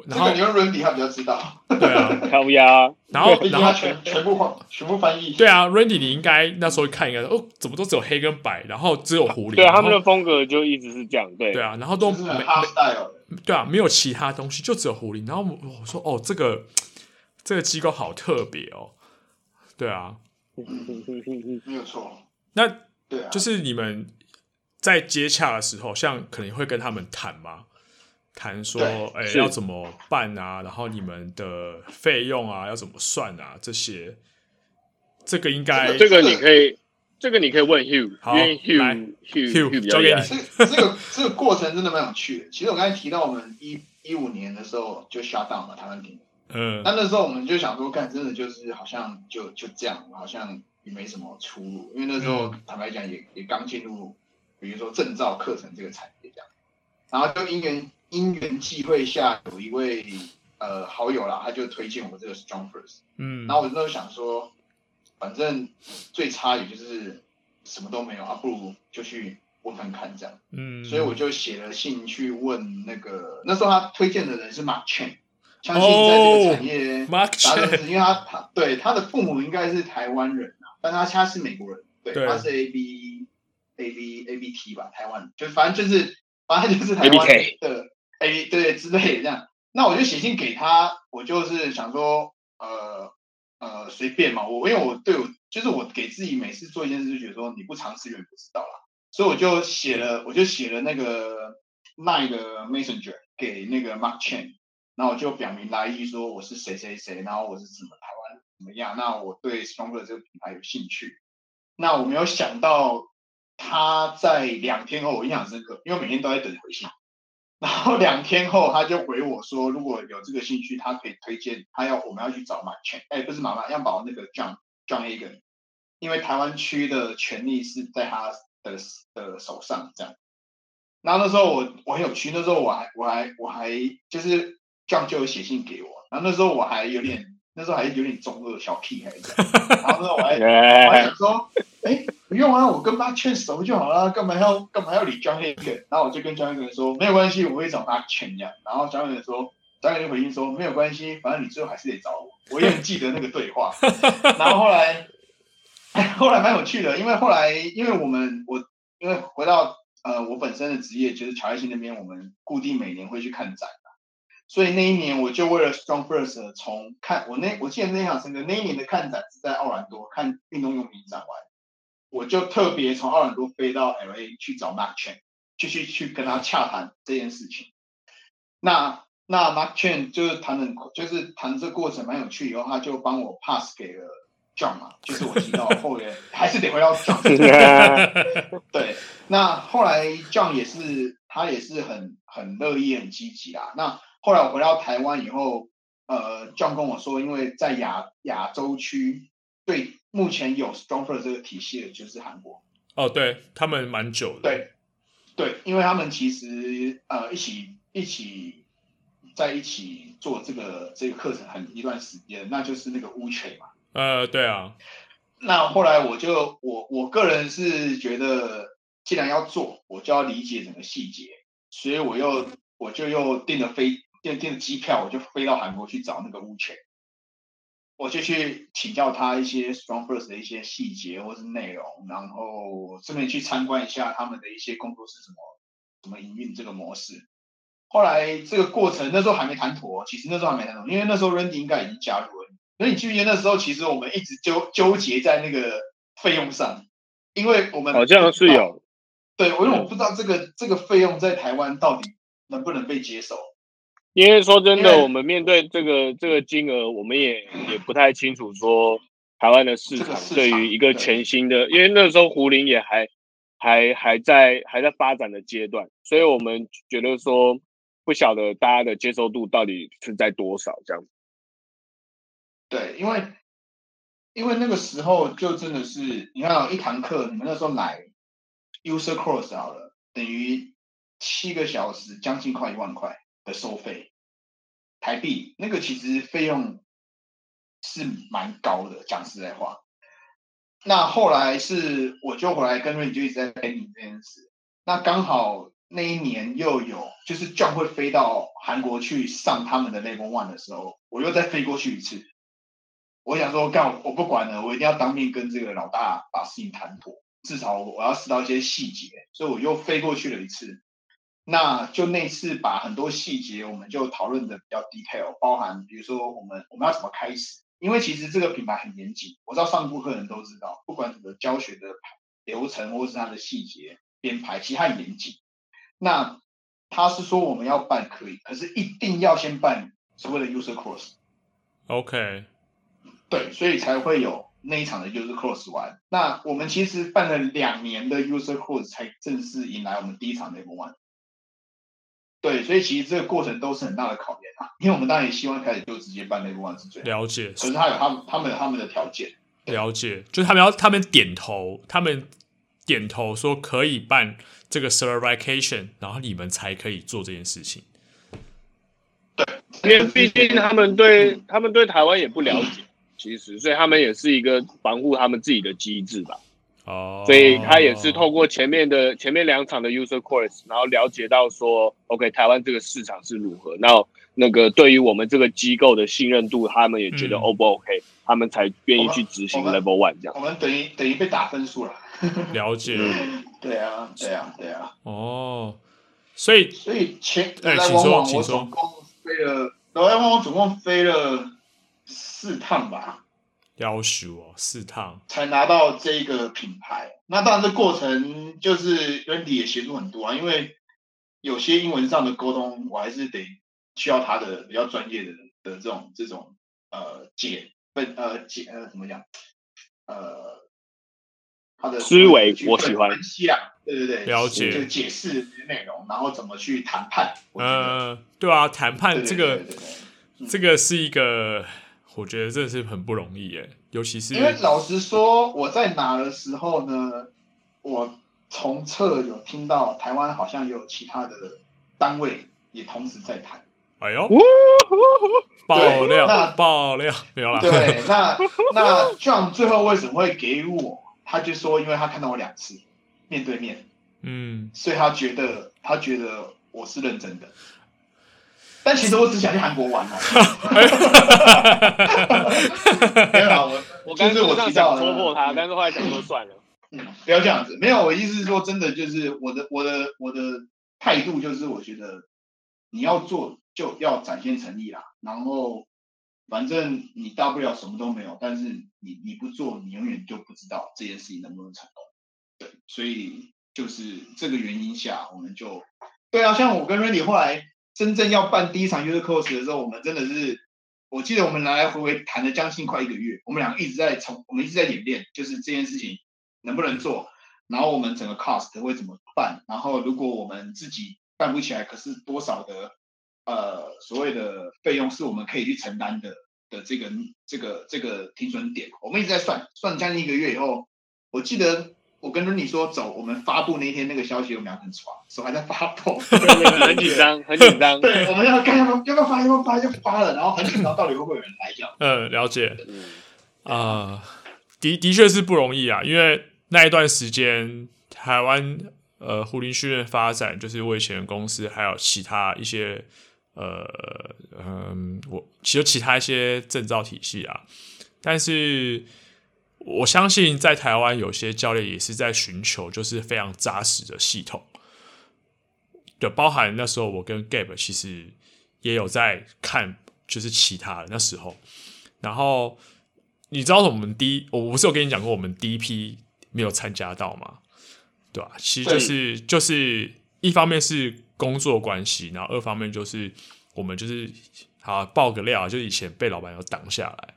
Speaker 3: 这
Speaker 1: 然后
Speaker 3: 个你用伦比他比较知道，
Speaker 1: 对啊，
Speaker 2: 靠呀，
Speaker 1: 然 后
Speaker 3: 毕竟
Speaker 1: 然后
Speaker 3: 他全全部翻全部翻译。
Speaker 1: 对啊，Randy 你应该那时候看应该说哦，怎么都只有黑跟白，然后只有狐狸，
Speaker 2: 对啊，
Speaker 1: 然后
Speaker 2: 他们的风格就一直是这样，对
Speaker 1: 对啊，然后都
Speaker 3: 就
Speaker 1: 没
Speaker 3: 是很 hard style，
Speaker 1: 对啊，没有其他东西，就只有狐狸。然后我我说哦，这个这个机构好特别哦，对啊，
Speaker 3: 没有错。
Speaker 1: 那
Speaker 3: 对啊，
Speaker 1: 就是你们在接洽的时候，像可能会跟他们谈吗？谈说，
Speaker 3: 对
Speaker 1: 哎、
Speaker 2: 是
Speaker 1: 要怎么办啊？然后你们的费用啊，要怎么算啊？这些，这个应该
Speaker 2: 这个你可以，这个你可以问 Hugh，
Speaker 1: 好
Speaker 2: 因为
Speaker 1: 来
Speaker 2: Hugh Hugh
Speaker 1: Hugh，
Speaker 2: 比
Speaker 1: 交
Speaker 2: 较
Speaker 1: 给
Speaker 2: 厉
Speaker 1: 你
Speaker 2: 害。
Speaker 3: 这个这个这个过程真的蛮有趣的。其实我刚才提到我们一一五年的时候就 shut down 了台湾电影，
Speaker 1: 嗯
Speaker 3: 那那时候我们就想说，干真的就是好像就就这样，好像也没什么出路，因为那时候
Speaker 1: 嗯
Speaker 3: 坦白讲也也刚进入，比如说证照课程这个产业这样，然后就因缘因缘际会下，有一位呃好友啦，他就推荐我这个 Strong First，
Speaker 1: 嗯，
Speaker 3: 然后我那时候想说，反正最差也就是什么都没有啊，不如就去问看看这样。
Speaker 1: 嗯，
Speaker 3: 所以我就写了信去问那个，那时候他推荐的人是 Mark Chen，相信
Speaker 1: 哦
Speaker 3: 在这个产业
Speaker 1: Mark
Speaker 3: 达人
Speaker 1: Chen
Speaker 3: 是因为他他对他的父母应该是台湾人啊，但他他是美国人，对，
Speaker 1: 对
Speaker 3: 他是 A B A B A B T 吧，台湾，就反正就是反正就是台湾
Speaker 2: ABK
Speaker 3: 的 A 对之类的这样。那我就写信给他，我就是想说，呃呃，随便嘛，我因为我对我就是我给自己每次做一件事，就觉得说你不尝试永远不知道啦，所以我就写了，我就写了那个 Line 的 Messenger 给那个 Mark Chen，然后我就表明来意说我是谁谁谁，然后我是怎么台湾怎么样，那我对 Stronger 这个品牌有兴趣。那我没有想到他在两天后，我印象很深刻，因为我每天都在等回信。然后两天后他就回我说，如果有这个兴趣，他可以推荐，他要我们要去找马权，哎，不是马马，要保那个 John John A 根，因为台湾区的权利是在他的的手上这样。然后那时候我我很有趣，那时候我还我还我还就是 John 就有写信给我，然后那时候我还有点那时候还有点中二小屁孩这样，然后那时候我还我还
Speaker 2: 哎
Speaker 3: 想说，哎，不用啊，我跟他劝熟就好了，干嘛要干嘛要理 John Hagen？然后我就跟 John Hagen 说，没有关系，我会找他劝这样。然后 John Hagen 说，John Hagen 回应说，没有关系，反正你最后还是得找我。我也很记得那个对话。然后后来，后来蛮有趣的，因为后来因为我们我因为回到呃我本身的职业就是乔伊新那边，我们固定每年会去看展。所以那一年我就为了 Strong First 从看我那我记得那场深刻，那一年的看展是在奥兰多看运动用品展完，我就特别从奥兰多飞到 LA 去找 Mark Chen，去去去跟他洽谈这件事情。那那 Mark Chen 就是谈的，就是谈这过程蛮有趣，以后他就帮我 pass 给了 John 嘛，就是我提到后援还是得回到 John 对，那后来 John 也是，他也是很很乐意、很积极啊。那后来我回到台湾以后，呃，John 跟我说，因为在亚亚洲区，对目前有 Stronger 这个体系的就是韩国。
Speaker 1: 哦，对他们蛮久的，
Speaker 3: 对，对，因为他们其实呃一起一起在一起做这个这个课程很一段时间，那就是那个乌犬嘛。
Speaker 1: 呃，对啊，
Speaker 3: 那后来我就我我个人是觉得，既然要做，我就要理解整个细节，所以我又我就又订了飞订订了机票，我就飞到韩国去找那个乌犬，我就去请教他一些 Strong First 的一些细节或是内容，然后顺便去参观一下他们的一些工作室怎么怎么营运这个模式。后来这个过程那时候还没谈妥，其实那时候还没谈妥，因为那时候 Randy 应该已经加入了。所以你记不记得那时候，其实我们一直纠纠结在那个费用上，因为我们
Speaker 2: 好像是有，
Speaker 3: 对，因为我不知道这个这个费用在台湾到底能不能被接受。
Speaker 2: 因为说真
Speaker 3: 因
Speaker 2: 的，
Speaker 3: 为
Speaker 2: 我们面对这个这个金额，我们也也不太清楚说台湾的市
Speaker 3: 这
Speaker 2: 场
Speaker 3: 个市场
Speaker 2: 对于一个全新的，因为那时候胡林也还还还在还在发展的阶段，所以我们觉得说不晓得大家的接受度到底是在多少这样。
Speaker 3: 对，因为因为那个时候就真的是，你看、哦、一堂课，你们那时候来 user course 好了，等于七个小时，将近快一万块的收费，台币那个其实费用是蛮高的，讲实在话。那后来是我就回来跟瑞就一直在跟你这件事，那刚好那一年又有就是 John 会飞到韩国去上他们的 Level One 的时候，我又再飞过去一次。我想说，干我不管了，我一定要当面跟这个老大把事情谈妥，至少我要知道一些细节，所以我又飞过去了一次。那就那次把很多细节我们就讨论的比较 detail，包含比如说我们我们要怎么开始，因为其实这个品牌很严谨，我知道上过课的人都知道，不管整个教学的流程或是它的细节编排，其实它很严谨。那他是说我们要办可以，可是一定要先办所谓的 user course。
Speaker 1: ，OK，
Speaker 3: 对，所以才会有那一场的 user course 玩。那我们其实办了两年的 user course 才正式迎来我们第一场 level one。对，所以其实这个过程都是很大的考验啊，因为我们当然也希望一开始就直接办 level one 是最好，
Speaker 1: 了解，
Speaker 3: 可是他有他们他们有他们的条件。
Speaker 1: 了解，就是他们要他们点头，他们点头说可以办这个 certification，然后你们才可以做这件事情。
Speaker 2: 因为毕竟他们对他们对台湾也不了解，其实，所以他们也是一个防护他们自己的机制吧。
Speaker 1: 哦，
Speaker 2: 所以他也是透过前面的前面两场的 user course，然后了解到说，OK，台湾这个市场是如何，那那个对于我们这个机构的信任度，他们也觉得
Speaker 1: 嗯
Speaker 2: O 不 OK，、他们才愿意去执行
Speaker 3: 我们
Speaker 2: level one 这样。
Speaker 3: 我们等于等于被打分数了。
Speaker 1: 了解、
Speaker 3: 对啊，对啊，对啊。
Speaker 1: 哦，所以
Speaker 3: 所以前
Speaker 1: 哎
Speaker 3: 来
Speaker 1: 请
Speaker 3: 往
Speaker 1: 说
Speaker 3: 往
Speaker 1: 请
Speaker 3: 我
Speaker 1: 说
Speaker 3: 总共飞了，来往往总共飞了四趟吧，
Speaker 1: 要求哦四趟，
Speaker 3: 才拿到这个品牌。那当然，这过程就是 Randy 也协助很多啊，因为有些英文上的沟通，我还是得需要他的比较专业的的这种这种呃解分呃解呃怎么讲呃。他的
Speaker 2: 思维
Speaker 3: 去
Speaker 2: 我喜欢
Speaker 3: 分析啊，对对对，
Speaker 1: 了解
Speaker 3: 就解释内容，然后怎么去谈判，我觉得
Speaker 1: 呃，对啊，谈判
Speaker 3: 对
Speaker 1: 这个
Speaker 3: 对对对嗯
Speaker 1: 这个是一个，我觉得这是很不容易耶，尤其是
Speaker 3: 因为老实说，我在拿的时候呢，我从侧有听到台湾好像有其他的单位也同时在谈。
Speaker 1: 哎呦
Speaker 2: 呜呼呼
Speaker 1: 爆料
Speaker 3: 那
Speaker 1: 爆料没有啦，
Speaker 3: 对，那那 John 最后为什么会给我？他就说，因为他看到我两次面对面，
Speaker 1: 嗯，
Speaker 3: 所以他觉得他觉得我是认真的。但其实我只想去韩国玩哦。没有啦，我
Speaker 2: 我刚刚
Speaker 3: 就是我
Speaker 2: 想
Speaker 3: 提到的
Speaker 2: 戳破他，但是后来想说 算了。
Speaker 3: 嗯，不要这样子。没有，我意思是说，真的就是我的我的我的态度就是，我觉得你要做就要展现诚意啦。然后反正你大不了什么都没有，但是你你不做，你永远就不知道这件事情能不能成功。对，所以就是这个原因下，我们就对啊，像我跟 Randy 后来真正要办第一场 User Course 的时候，我们真的是。我记得我们来来回回谈了将近快一个月，我们两个一直在从我们一直在演练，就是这件事情能不能做，然后我们整个 cost 会怎么办，然后如果我们自己办不起来，可是多少的呃所谓的费用是我们可以去承担的的这个这个这个停损点，我们一直在算，算将近一个月以后，我记得。我跟你说走，我们发布那一天那个消息，我们两个人传，手还在发 抖，
Speaker 2: 很紧张，很紧张。
Speaker 3: 对，我们要干要不要要不要发要不要发要发了，然后很紧张，到底会不会有人来要？
Speaker 1: 呃，了解，
Speaker 2: 嗯，
Speaker 1: 啊、的的确是不容易啊，因为那一段时间台湾呃护林训练发展，就是我以前的公司还有其他一些呃嗯，我其实其他一些证照体系啊，但是我相信在台湾有些教练也是在寻求就是非常扎实的系统，对，包含那时候我跟 Gab 其实也有在看，就是其他的那时候。然后你知道我们第一，我不是有跟你讲过我们第一批没有参加到吗？对吧、其实就是就是一方面是工作关系，然后二方面就是我们就是好爆个料啊，就是以前被老板有挡下来，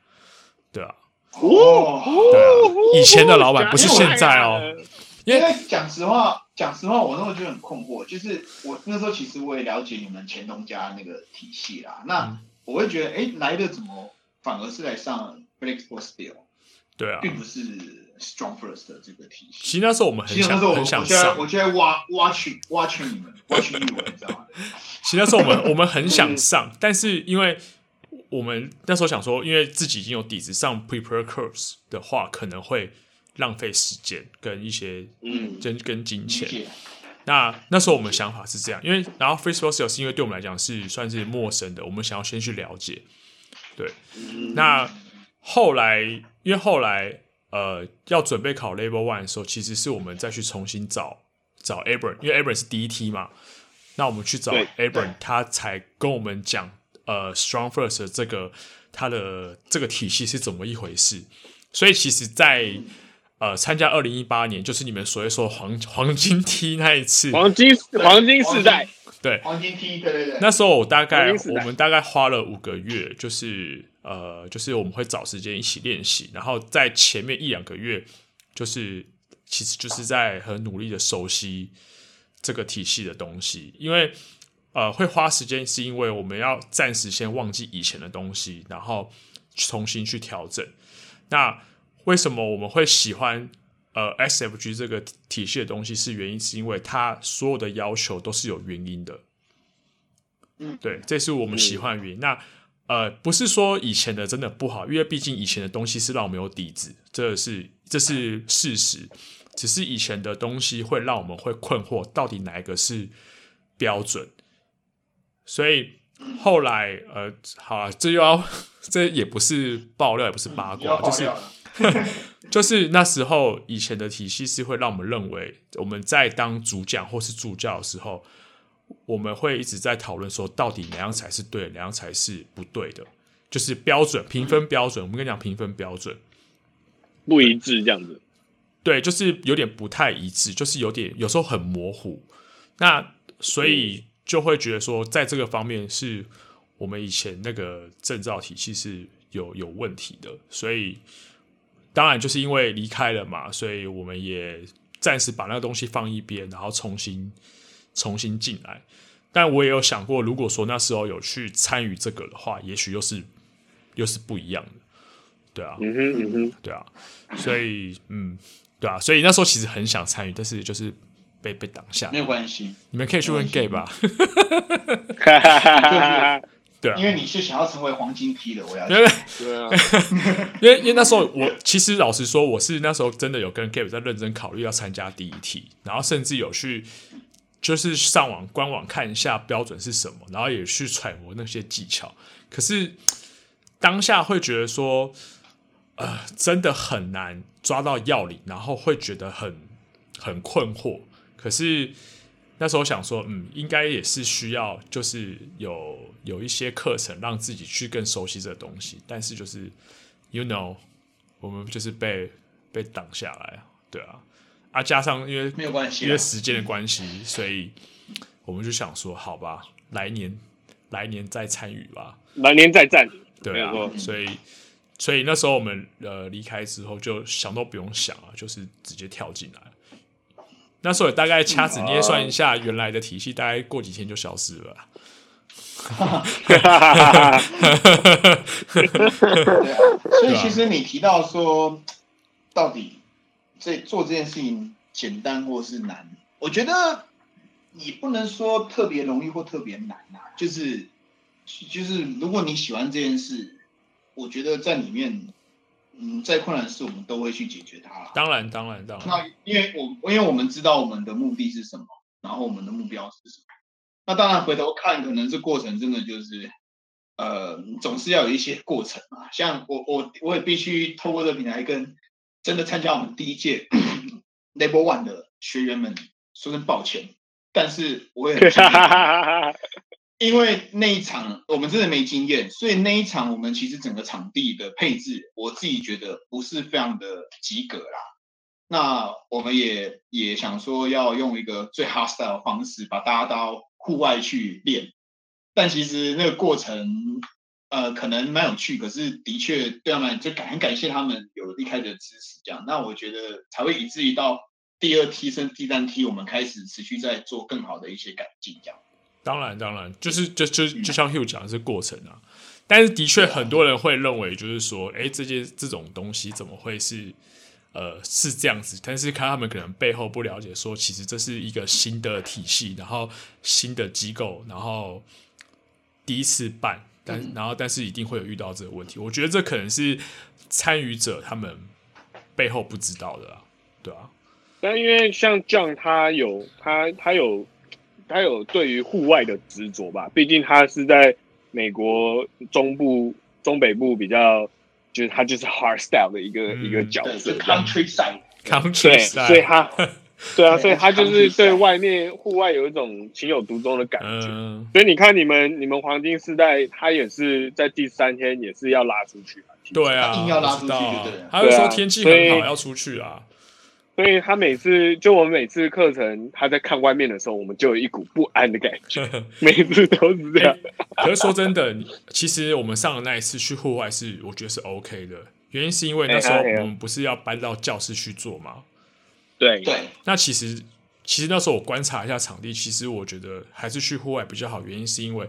Speaker 1: 对啊，
Speaker 3: 哦，
Speaker 1: 对啊，以前的老板不是现在哦，
Speaker 3: 因为讲实话，讲实话，我那时候就很困惑，就是我那时候其实我也了解你们前东家那个体系啦，
Speaker 1: 嗯
Speaker 3: 那我会觉得，哎，来的怎么反而是来上 flexible steel，
Speaker 1: 对啊。
Speaker 3: 并不是 strong first 的这个体系。
Speaker 1: 其实那时候我们很
Speaker 3: 其实那
Speaker 1: 想
Speaker 3: 时候我
Speaker 1: 很想
Speaker 3: 我现在
Speaker 1: 上，
Speaker 3: 我现在挖挖去挖去你们挖去你们，你知道 吗？
Speaker 1: 其实那时候我们我们很
Speaker 3: 嗯
Speaker 1: 想上，但是因为我们那时候想说，因为自己已经有底子，上 prepare course 的话，可能会浪费时间跟一些
Speaker 2: 嗯，
Speaker 1: 跟跟金
Speaker 3: 理
Speaker 1: 钱。
Speaker 3: 解，
Speaker 1: 那那时候我们想法是这样，因为然后 free s o r c e 是因为对我们来讲是算是陌生的，我们想要先去了解。对，那后来因为后来呃要准备考 level one 的时候，其实是我们再去重新找找 Abram，因为 Abram 是第一梯嘛，那我们去找
Speaker 2: 对
Speaker 1: Abram，他才跟我们讲呃 strong first 的这个他的这个体系是怎么一回事。所以其实在，呃参加二零一八年，就是你们所谓说黄黄金梯那一次，
Speaker 2: 黄金黄金时代，
Speaker 1: 对，
Speaker 3: 黄金梯，对对对，
Speaker 1: 那时候我大概
Speaker 2: 黄金时代
Speaker 1: 我们大概花了五个月，就是呃，就是我们会找时间一起练习，然后在前面一两个月，就是其实就是在很努力的熟悉这个体系的东西，因为呃会花时间是因为我们要暂时先忘记以前的东西，然后重新去调整。那为什么我们会喜欢呃 SFG 这个体系的东西？是原因是因为它所有的要求都是有原因的。
Speaker 3: 嗯
Speaker 1: 对，这是我们喜欢的原因。那呃，不是说以前的真的不好，因为毕竟以前的东西是让我们有底子，这是这是事实。只是以前的东西会让我们会困惑，到底哪一个是标准？所以后来，呃，好啊，这又要 这也不是爆料，也不是八
Speaker 3: 你要
Speaker 1: 卦，
Speaker 3: 爆
Speaker 1: 就是啊
Speaker 3: 料了
Speaker 1: 就是那时候以前的体系是会让我们认为，我们在当主讲或是助教的时候，我们会一直在讨论说，到底哪样才是对的，哪样才是不对的，就是标准评分标准。我们跟你讲评分标准，
Speaker 2: 不一致这样子。
Speaker 1: 对，就是有点不太一致，就是有点有时候很模糊。那所以就会觉得说，在这个方面是我们以前那个证照体系是有有问题的，所以当然就是因为离开了嘛，所以我们也暂时把那个东西放一边，然后重新重新进来。但我也有想过，如果说那时候有去参与这个的话，也许又是又是不一样的，对啊，
Speaker 2: 嗯哼嗯哼，
Speaker 1: 对啊，所以嗯，对啊，所以那时候其实很想参与，但是就是被被挡下
Speaker 3: 没。有关系，
Speaker 1: 你们可以去问
Speaker 3: 没关系
Speaker 1: gay 吧，
Speaker 2: 哈哈哈哈哈。
Speaker 1: 对啊，
Speaker 3: 因为你是想要成为黄金批的，我要
Speaker 1: 因为
Speaker 2: 对啊，
Speaker 1: 因为因为那时候我其实老实说，我是那时候真的有跟 Gabe 在认真考虑要参加第一题，然后甚至有去就是上网官网看一下标准是什么，然后也去揣摩那些技巧。可是当下会觉得说，呃，真的很难抓到要领，然后会觉得很很困惑。可是那时候想说，嗯，应该也是需要，就是有有一些课程让自己去更熟悉这个东西，但是就是，you know，我们就是被被挡下来，对啊，啊，加上因为
Speaker 3: 没有关系啊
Speaker 1: 因为时间的关系，所以我们就想说，好吧，来年来年再参与吧，
Speaker 2: 来年再战。
Speaker 1: 对啊
Speaker 2: 没有，错
Speaker 1: 所以所以那时候我们呃离开之后，就想都不用想啊，就是直接跳进来。那时候也大概掐
Speaker 2: 嗯
Speaker 1: 指捏算一下原来的体系，大概过几天就消失 了 啊。
Speaker 2: 哈哈哈哈
Speaker 3: 对啊，所以其实你提到说，到底这做这件事情简单或是难，我觉得你不能说特别容易或特别难啊，就是就是如果你喜欢这件事，我觉得在里面，嗯，再困难的事我们都会去解决它啦。
Speaker 1: 当然，当然，当然，
Speaker 3: 那因为我因为我们知道我们的目的是什么，然后我们的目标是什么。那当然回头看，可能这过程真的就是，呃，总是要有一些过程嘛。像我我我也必须透过这个平台跟真的参加我们第一届 Level One 的学员们说声抱歉，但是 我也很敬
Speaker 2: 哈
Speaker 3: 业
Speaker 2: 哈哈！
Speaker 3: 因为那一场我们真的没经验，所以那一场我们其实整个场地的配置，我自己觉得不是非常的及格啦。那我们也也想说要用一个最 hostile 的方式，把大家到户外去练，但其实那个过程，呃，可能蛮有趣，可是的确对他们就感很感谢他们有一开始的支持，这样，那我觉得才会以至于到第二梯升第三梯，我们开始持续在做更好的一些改进，这样。
Speaker 1: 当然，当然，就是就就就像 Hugh 讲的是过程啊。但是的
Speaker 2: 啊
Speaker 1: 确，很多人会认为就是说，哎、这些这种东西怎么会是呃是这样子？但是看他们可能背后不了解说其实这是一个新的体系，然后新的机构，然后第一次办，但、
Speaker 2: 嗯
Speaker 1: 然后但是一定会有遇到这个问题。我觉得这可能是参与者他们背后不知道的啊，对啊，
Speaker 2: 但因为像 John 他有他他有他有对于户外的执着吧，毕竟他是在美国中部中北部比较，就是他就是 hard style 的一个、
Speaker 1: 嗯
Speaker 2: 一个角
Speaker 3: 对，
Speaker 2: 色
Speaker 3: 是
Speaker 2: 这样，
Speaker 3: countryside。
Speaker 2: 对，
Speaker 1: country style
Speaker 2: 所以他对啊，
Speaker 3: 对
Speaker 2: 所以他就
Speaker 3: 他是
Speaker 2: 是
Speaker 3: countryside
Speaker 2: 对外面户外有一种情有独钟的感觉。
Speaker 1: 嗯，
Speaker 2: 所以你看，你们你们黄金世代，他也是在第三天也是要拉出去嘛。其实
Speaker 1: 对啊，
Speaker 3: 他硬要拉
Speaker 1: 我知
Speaker 3: 出去
Speaker 1: 道
Speaker 3: 就
Speaker 1: 啊
Speaker 3: 对了
Speaker 1: 他就
Speaker 2: 对啊
Speaker 1: 说天气
Speaker 2: 所以
Speaker 1: 很好要出去啊，
Speaker 2: 所以他每次就我们每次课程，他在看外面的时候，我们就有一股不安的感觉，每次都是这样。
Speaker 1: 可是说真的，你其实我们上的那一次去户外是，我觉得是 OK 的。原因是因为那时候
Speaker 2: 哎呀哎呀
Speaker 1: 我们不是要搬到教室去做嘛？
Speaker 2: 对
Speaker 3: 对，
Speaker 1: 那其实其实那时候我观察一下场地，其实我觉得还是去户外比较好。原因是因为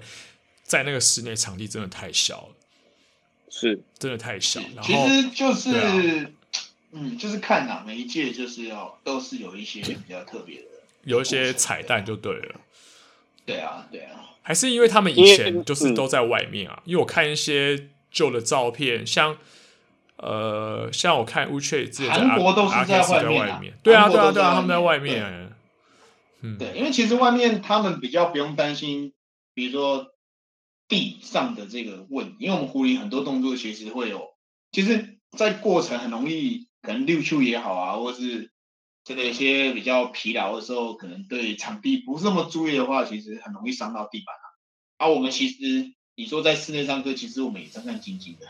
Speaker 1: 在那个室内场地真的太小了，
Speaker 2: 是
Speaker 1: 真的太小。然
Speaker 3: 其
Speaker 1: 后
Speaker 3: 实就是
Speaker 1: 对
Speaker 3: 嗯，就是看哪每一届就是要都是有一些比较特别的。
Speaker 1: 有一些彩蛋就对了，
Speaker 3: 对啊，对啊，
Speaker 1: 还是因为他
Speaker 2: 嗯
Speaker 1: 们以前就是都在外面啊。因为我看一些旧的照片，像呃，像我看 WeChat 之前在
Speaker 3: 韩国都是
Speaker 1: RKS
Speaker 3: 在
Speaker 1: 在
Speaker 3: 外面啊
Speaker 1: 面，对啊，
Speaker 3: 韩
Speaker 1: 对
Speaker 3: 国
Speaker 1: 啊，
Speaker 3: 都
Speaker 1: 对啊，他们在
Speaker 3: 在
Speaker 1: 外
Speaker 3: 外面
Speaker 1: 面，嗯，
Speaker 3: 对，因为其实外面他们比较不用担心，比如说地上的这个问题，因为我们狐狸很多动作其实会有，其实在过程很容易可能溜球也好啊，或是真的有些比较疲劳的时候，可能对场地不是那么注意的话，其实很容易伤到地板啊。啊，我们其实你说在室内上课，其实我们也战战兢兢的。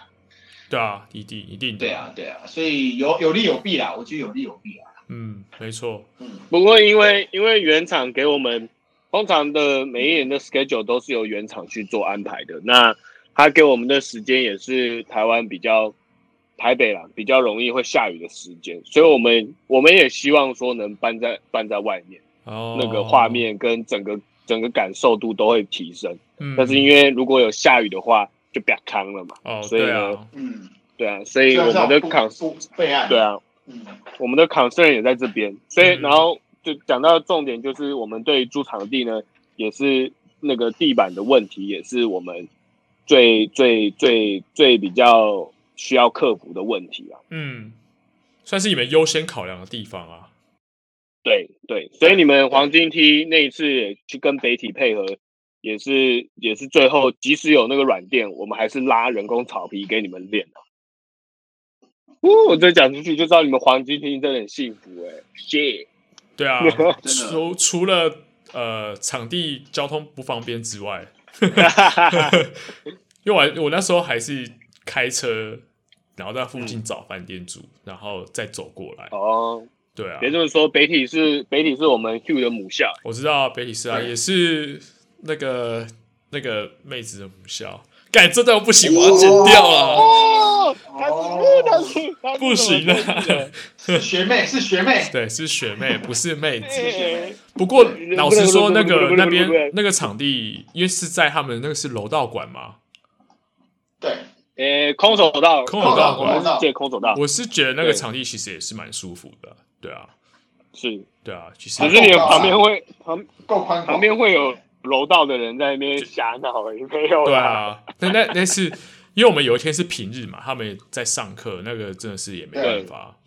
Speaker 1: 对啊，一定一定的
Speaker 3: 对，啊，对啊，所以有有利有弊啦，我觉得有利有弊啦。
Speaker 1: 嗯，没错，
Speaker 3: 嗯，
Speaker 2: 不过因为因为原厂给我们通常的每一年的 schedule 都是由原厂去做安排的，那他给我们的时间也是台湾比较台北啦比较容易会下雨的时间，所以我们我们也希望说能搬在搬在外面，
Speaker 1: 哦，
Speaker 2: 那个画，面跟整个整个感受度都会提升。
Speaker 1: 嗯，
Speaker 2: 但是因为如果有下雨的话，就不要扛了嘛，
Speaker 1: 哦，
Speaker 2: 所以
Speaker 1: 对
Speaker 2: 呢
Speaker 1: 啊，
Speaker 3: 嗯，
Speaker 2: 对啊，所以
Speaker 3: 虽
Speaker 2: 我
Speaker 3: 然
Speaker 2: 们
Speaker 3: 这
Speaker 2: 的
Speaker 3: 种
Speaker 2: 扛
Speaker 3: 不不备案，
Speaker 2: 对，啊，
Speaker 3: 嗯，
Speaker 2: 我们的 concern 也在这边，所以
Speaker 1: 嗯
Speaker 2: 然后就讲到重点，就是我们对租场地呢，也是那个地板的问题，也是我们最最最最比较需要克服的问题啊。
Speaker 1: 嗯，算是你们优先考量的地方啊，
Speaker 2: 对对，所以你们黄金梯那一次也去跟北体配合，也是也是最后即使有那个软垫，我们还是拉人工草皮给你们练的、哦，我再讲出去就知道你们黄金梯真的很幸福哎、谢。
Speaker 1: 对啊
Speaker 2: 真的，
Speaker 1: 除除了呃场地交通不方便之外，因为我还我那时候还是开车，然后在附近找饭店住，然后再走过来，
Speaker 2: 嗯哦，
Speaker 1: 对啊，
Speaker 2: 别这么说，北体是北体是我们 Hugh 的母校，
Speaker 1: 我知道北体师啊，
Speaker 3: 对
Speaker 1: 也是那个那个妹子的母校。干，这段不行，我要剪掉了。
Speaker 2: 哦，他
Speaker 3: 哦
Speaker 2: 是他是他是
Speaker 1: 不行啊
Speaker 2: 啊！
Speaker 3: 是 学妹是学妹，
Speaker 1: 对，是学妹，不是妹子。
Speaker 3: 是学妹。
Speaker 1: 不过老实说，那
Speaker 2: 哎不
Speaker 1: 个
Speaker 2: 能
Speaker 1: 那
Speaker 2: 不能
Speaker 1: 边那个场地，因为是在他们那个是柔道馆嘛，
Speaker 3: 对，
Speaker 2: 呃，空手道，
Speaker 1: 空手道
Speaker 2: 我们是借空手道，
Speaker 1: 我是觉得那个
Speaker 2: 啊对
Speaker 1: 场地其实也是蛮舒服的。对啊，
Speaker 2: 是，
Speaker 1: 对啊，其实
Speaker 2: 只是你们旁边会旁
Speaker 3: 够宽广，
Speaker 2: 旁边会有柔道的人在那边瞎闹而已，没有
Speaker 1: 对
Speaker 2: 啦。
Speaker 1: 啊，那那那是因为我们有一天是平日嘛，他们也在上课，那个真的是也没办法。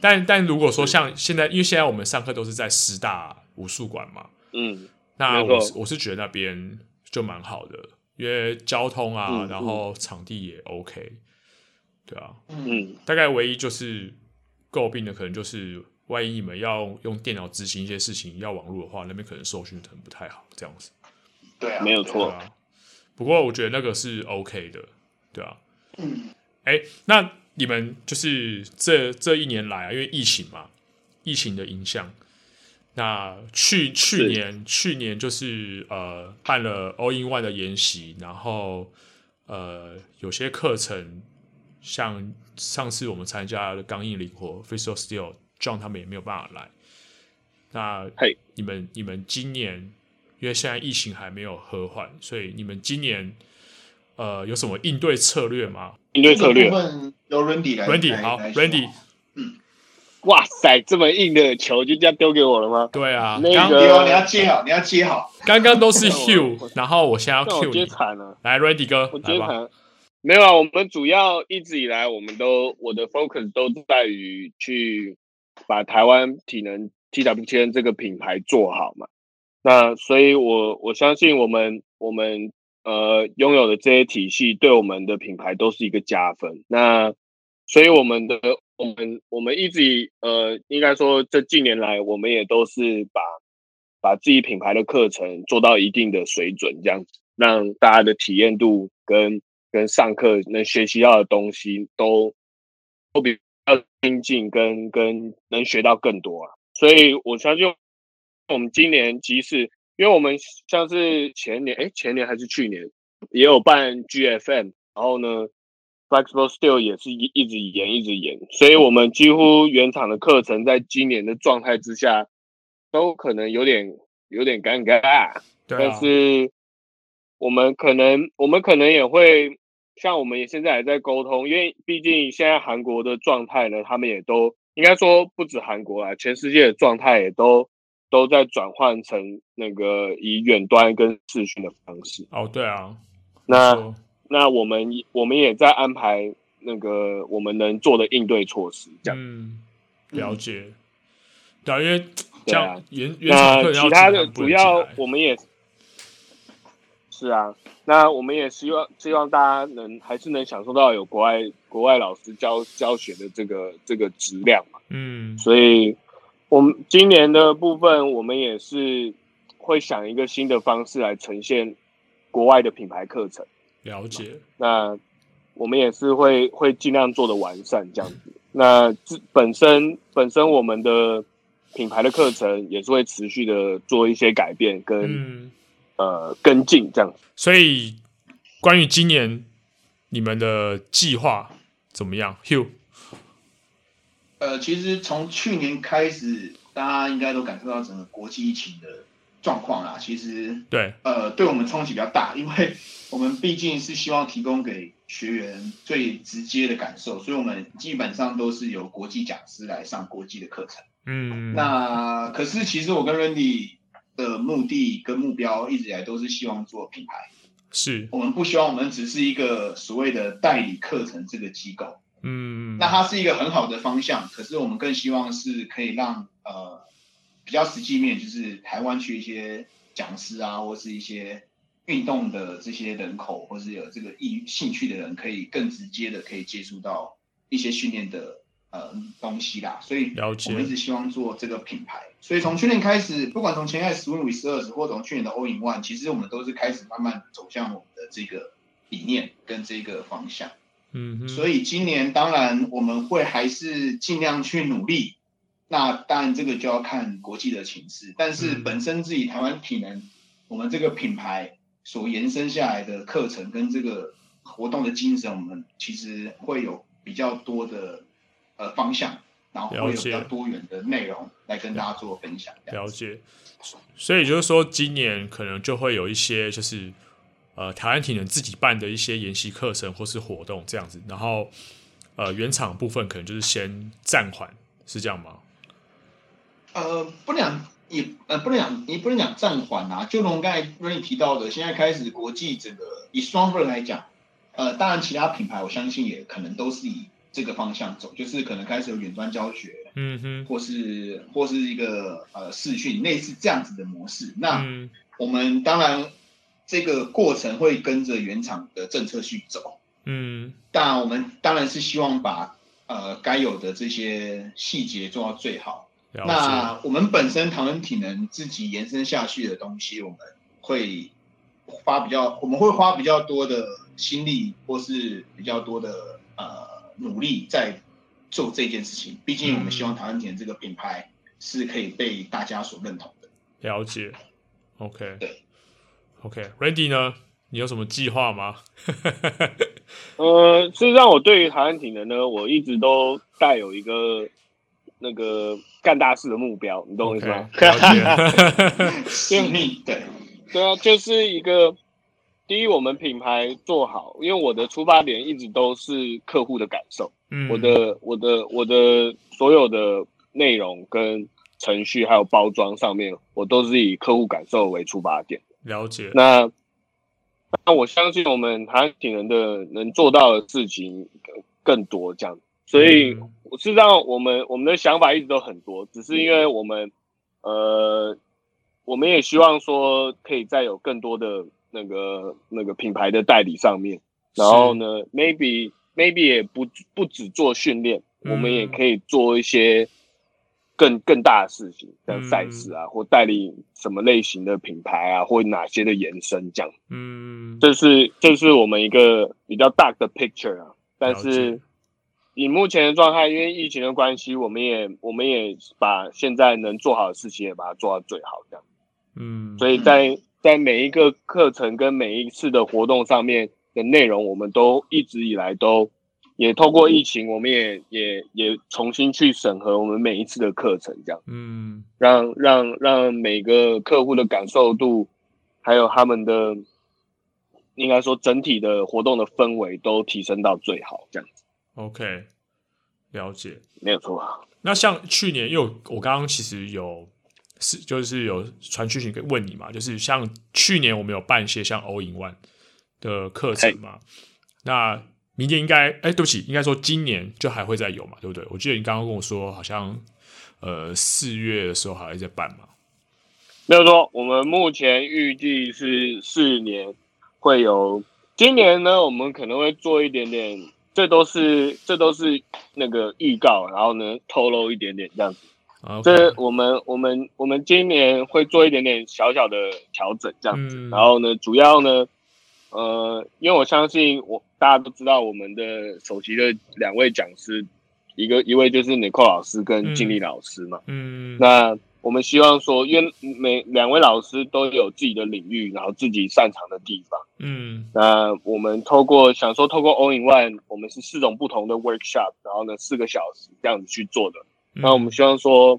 Speaker 1: 但但如果说像现在，因为现在我们上课都是在师大武术馆嘛，
Speaker 2: 嗯，
Speaker 1: 那
Speaker 2: 没错
Speaker 1: 我是我是觉得那边就蛮好的，因为交通啊，
Speaker 2: 嗯
Speaker 1: 然后场地也 OK，对啊，
Speaker 3: 嗯，
Speaker 2: 嗯
Speaker 1: 大概唯一就是诟病的可能就是，万一你们要用电脑执行一些事情要网络的话，那边可能搜讯可能不太好，这样子。
Speaker 3: 对啊，
Speaker 2: 没有
Speaker 1: 对
Speaker 2: 错
Speaker 1: 啊，不过我觉得那个是 OK 的，对啊。
Speaker 3: 嗯，
Speaker 1: 哎，那你们就是这这一年来啊，因为疫情嘛，疫情的影响，那去去年去年就是呃办了 All in One 的研习，然后呃有些课程，像上次我们参加了钢印灵活 f i s i o Steel John 他们也没有办法来。那
Speaker 2: 嘿
Speaker 1: 你们你们今年因为现在疫情还没有和缓，所以你们今年呃有什么应对策略吗？
Speaker 2: 应对策略
Speaker 3: 这个部，分由 Randy 来
Speaker 1: Randy
Speaker 3: 来
Speaker 1: 好
Speaker 3: 来说
Speaker 1: ，Randy
Speaker 2: 哇塞，这么硬的球就这样丢给我了吗？
Speaker 1: 对啊，
Speaker 2: 那
Speaker 1: 刚
Speaker 2: 个
Speaker 3: 对哦，你要接好，你要接好，
Speaker 1: 刚刚都是
Speaker 2: 那我
Speaker 1: Hugh，然后我现在要
Speaker 2: 那我
Speaker 1: Q
Speaker 2: 接
Speaker 1: 你，
Speaker 2: 惨了。
Speaker 1: 来 Randy 哥
Speaker 2: 我觉
Speaker 1: 来
Speaker 2: 得
Speaker 1: 吧，
Speaker 2: 很没有啊，我们主要一直以来，我们都我的 focus 都在于去把台湾体能 TWTN 这个品牌做好嘛。那所以我我相信我们我们呃拥有的这些体系，对我们的品牌都是一个加分。那所以我们的我们我们一直以呃，应该说这近年来，我们也都是把把自己品牌的课程做到一定的水准，这样子让大家的体验度跟跟上课能学习到的东西都都比较精进，跟跟能学到更多啊。所以我相信我们今年即使因为我们像是前年哎、诶前年还是去年也有办 GFM，然后呢，Flexible Steel 也是一一直延一直延，所以我们几乎原厂的课程在今年的状态之下，都可能有点有点尴尬，
Speaker 1: 对
Speaker 2: 但
Speaker 1: 啊，
Speaker 2: 是我们可能我们可能也会像我们也现在也在沟通，因为毕竟现在韩国的状态呢，他们也都应该说不止韩国啊，全世界的状态也都都在转换成那个以远端跟视讯的方式。
Speaker 1: 哦对啊，
Speaker 2: 那
Speaker 1: 没错
Speaker 2: 那我们我们也在安排那个我们能做的应对措施，这样。
Speaker 1: 嗯，了解。对啊，因为这
Speaker 2: 对啊
Speaker 1: 样原原厂
Speaker 2: 那
Speaker 1: 客人要
Speaker 2: 其他
Speaker 1: 进
Speaker 2: 的
Speaker 1: 来不
Speaker 2: 主
Speaker 1: 能
Speaker 2: 要
Speaker 1: 进来
Speaker 2: 我们也是啊，那我们也希望希望大家能还是能享受到有国外国外老师教教学的这个这个质量嘛。
Speaker 1: 嗯
Speaker 2: 所以，我们今年的部分，我们也是会想一个新的方式来呈现国外的品牌课程。
Speaker 1: 了解，
Speaker 2: 那我们也是会会尽量做的完善这样子。那自本身本身我们的品牌的课程也是会持续的做一些改变跟、
Speaker 1: 嗯，
Speaker 2: 呃跟进这样子。
Speaker 1: 所以关于今年你们的计划怎么样，Hugh？
Speaker 3: 呃，其实从去年开始，大家应该都感受到整个国际疫情的状况啦。其实
Speaker 1: 对，
Speaker 3: 呃，对我们冲击比较大，因为 我们毕竟是希望提供给学员最直接的感受，所以我们基本上都是由国际讲师来上国际的课程。
Speaker 1: 嗯，
Speaker 3: 那可是其实我跟 Randy 的目的跟目标一直以来都是希望做品牌，
Speaker 1: 是，
Speaker 3: 我们不希望我们只是一个所谓的代理课程这个机构。
Speaker 1: 嗯，
Speaker 3: 那它是一个很好的方向，可是我们更希望是可以让呃比较实际面，就是台湾区一些讲师啊，或是一些运动的这些人口，或是有这个意兴趣的人，可以更直接的可以接触到一些训练的呃东西啦。所以
Speaker 1: 了解
Speaker 3: 我们一直希望做这个品牌。所以从去年开始，不管从前开始 Swim with 二十，或从去年的 All in One，其实我们都是开始慢慢走向我们的这个理念跟这个方向。
Speaker 1: 嗯哼，
Speaker 3: 所以今年当然我们会还是尽量去努力。那当然这个就要看国际的情势，但是
Speaker 1: 嗯
Speaker 3: 本身自己台湾体能，我们这个品牌所延伸下来的课程跟这个活动的精神，我们其实会有比较多的呃方向，然后会
Speaker 1: 了
Speaker 3: 有
Speaker 1: 解
Speaker 3: 比较多元的内容来跟大家做分享。这样
Speaker 1: 了解。所以就是说，今年可能就会有一些就是呃台湾体能自己办的一些研习课程或是活动这样子，然后呃原厂部分可能就是先暂缓，是这样吗？
Speaker 3: 呃，不能也呃不能讲，你不能讲暂缓啊。就从刚才瑞提到的，现在开始国际整个以 Strongford 来讲，呃，当然其他品牌我相信也可能都是以这个方向走，就是可能开始有远端教学，
Speaker 1: 嗯哼，
Speaker 3: 或是或是一个呃视讯类似这样子的模式。
Speaker 2: 啊
Speaker 3: 那
Speaker 1: 嗯
Speaker 3: 我们当然这个过程会跟着原厂的政策去走，
Speaker 1: 嗯
Speaker 3: 但我们当然是希望把呃该有的这些细节做到最好。
Speaker 1: 了解，
Speaker 3: 那我们本身台湾体能自己延伸下去的东西，我们会花比较，我们会花比较多的心力，或是比较多的呃努力在做这件事情。毕竟我们希望台湾体能这个品牌是可以被大家所认同的。
Speaker 1: 了解。OK，
Speaker 3: 对
Speaker 1: o k r a n d y 呢？你有什么计划吗？
Speaker 2: 呃，事实上，我对于台湾体能呢，我一直都带有一个那个干大事的目标，你懂 我意思
Speaker 1: OK，
Speaker 2: 吗？
Speaker 1: 了解。
Speaker 3: 使命对，
Speaker 2: 对啊，就是一个第一，我们品牌做好，因为我的出发点一直都是客户的感受，
Speaker 1: 嗯，
Speaker 2: 我的我的我的所有的内容跟程序还有包装上面，我都是以客户感受为出发点。
Speaker 1: 了解，
Speaker 2: 那那我相信我们台湾体能的能做到的事情更多，这样。所以
Speaker 1: 嗯
Speaker 2: 我事实上，我们我们的想法一直都很多，只是因为
Speaker 1: 嗯
Speaker 2: 我们呃，我们也希望说可以再有更多的那个那个品牌的代理上面，然后呢，maybe maybe 也不不只做训练，
Speaker 1: 嗯
Speaker 2: 我们也可以做一些更更大的事情，像
Speaker 1: 嗯
Speaker 2: 赛事啊，或代理什么类型的品牌啊，或哪些的延伸这样。
Speaker 1: 嗯，
Speaker 2: 这是这是我们一个比较大的 picture 啊，但
Speaker 1: 了
Speaker 2: 是
Speaker 1: 解
Speaker 2: 以目前的状态，因为疫情的关系，我们也我们也把现在能做好的事情也把它做到最好，这样。
Speaker 1: 嗯，
Speaker 2: 所以在在每一个课程跟每一次的活动上面的内容，我们都一直以来都也透过疫情，我们也也也重新去审核我们每一次的课程，这样
Speaker 1: 嗯
Speaker 2: 让让让每个客户的感受度，还有他们的应该说整体的活动的氛围都提升到最好，这样子
Speaker 1: ，OK，了解。
Speaker 2: 没有错。
Speaker 1: 那像去年，因为我我刚刚其实有是就是有传讯息问你嘛，就是像去年我们有办一些像 All in One 的课程嘛，那明年应该，哎、对不起，应该说今年就还会再有嘛，对不对？我记得你刚刚跟我说，好像呃四月的时候还会再办嘛。
Speaker 2: 没有错，我们目前预计是四年会有，今年呢，我们可能会做一点点，这都是这都是那个预告，然后呢透露一点点这样子。
Speaker 1: 啊，
Speaker 2: 这我们我们我们今年会做一点点小小的调整这样子。
Speaker 1: 嗯，
Speaker 2: 然后呢，主要呢，呃，因为我相信我大家都知道我们的首席的两位讲师，一个一位就是尼寇老师跟静丽老师嘛。
Speaker 1: 嗯，
Speaker 2: 那我们希望说，因为每两位老师都有自己的领域，然后自己擅长的地方。
Speaker 1: 嗯
Speaker 2: 那我们透过想说，透过 All in One，我们是四种不同的 workshop，然后呢四个小时这样子去做的。
Speaker 1: 嗯，
Speaker 2: 那我们希望说，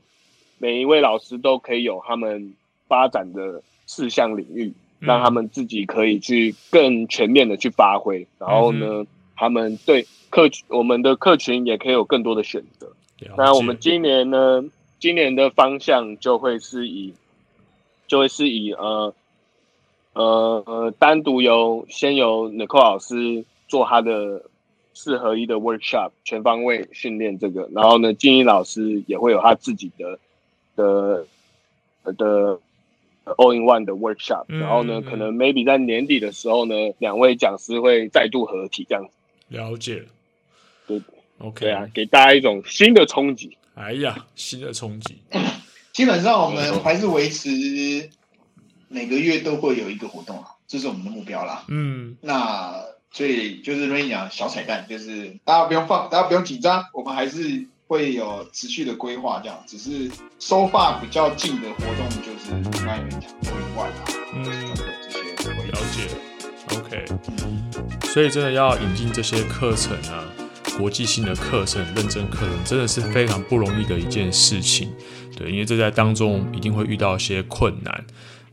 Speaker 2: 每一位老师都可以有他们发展的四项领域，
Speaker 1: 嗯
Speaker 2: 让他们自己可以去更全面的去发挥。然后呢，他们对客群，我们的客群也可以有更多的选择。
Speaker 1: 了
Speaker 2: 那我们
Speaker 1: 解
Speaker 2: 今年呢，今年的方向就会是以，就会是以呃呃呃，单独由先由 n i c o 老师做他的四合一的 workshop 全方位训练这个，然后呢，金英老师也会有他自己的的的 all in one 的 workshop，
Speaker 1: 嗯
Speaker 2: 然后呢，
Speaker 1: 嗯
Speaker 2: 可能 maybe 在年底的时候呢，两位讲师会再度合体这样子，
Speaker 1: 了解，
Speaker 2: 对
Speaker 1: ，OK，
Speaker 2: 对啊，给大家一种新的冲击。
Speaker 1: 哎呀，新的冲击，
Speaker 3: 基本上我
Speaker 2: 没
Speaker 3: 们
Speaker 2: 错
Speaker 3: 还是维持每个月都会有一个活动啊，这是我们的目标啦。
Speaker 1: 嗯，
Speaker 3: 那所以就是 Rain 讲小彩蛋，就是大家不用放，大家不用紧张，我们还是会有持续的规划，这样。只是收发比较近的活动就是刚才你们讲的外啊，
Speaker 1: 嗯
Speaker 3: 这些会
Speaker 1: 了
Speaker 3: 有。
Speaker 1: 解，OK。
Speaker 3: 嗯
Speaker 1: 所以真的要引进这些课程啊，国际性的课程、认证课程，真的是非常不容易的一件事情。对，因为这在当中一定会遇到一些困难。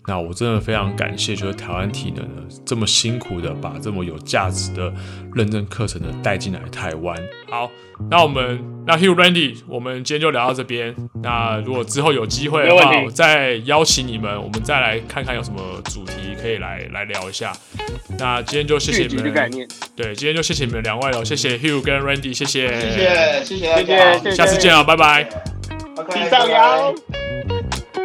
Speaker 1: 那我真的非常感谢，就是台湾体能呢这么辛苦的把这么有价值的认证课程呢带进来台湾。好，那我们那 Hugh Randy，我们今天就聊到这边。那如果之后有机会的
Speaker 2: 没
Speaker 1: 话，
Speaker 2: 问题
Speaker 1: 我再邀请你们，我们再来看看有什么主题可以来来聊一下。那今天就谢谢
Speaker 2: 续
Speaker 1: 你
Speaker 2: 集
Speaker 1: 们，
Speaker 2: 的概念。
Speaker 1: 对，今天就谢谢你们两位了，谢谢 Hugh 跟 Randy，谢谢，
Speaker 3: 谢谢，谢谢大家，
Speaker 2: 谢谢
Speaker 1: 下次见啊，拜拜。
Speaker 3: OK，
Speaker 2: 请上扬。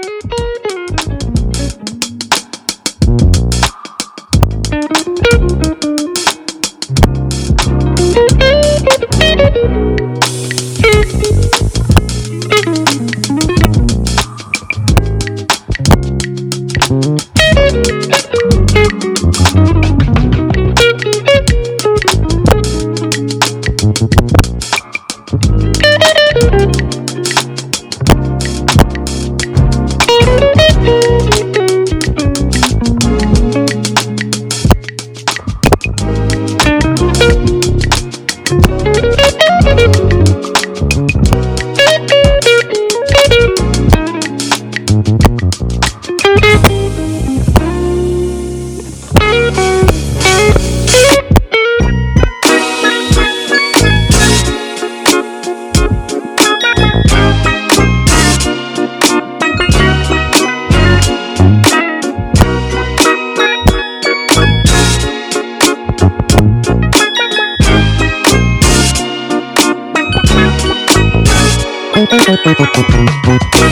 Speaker 4: Thank you.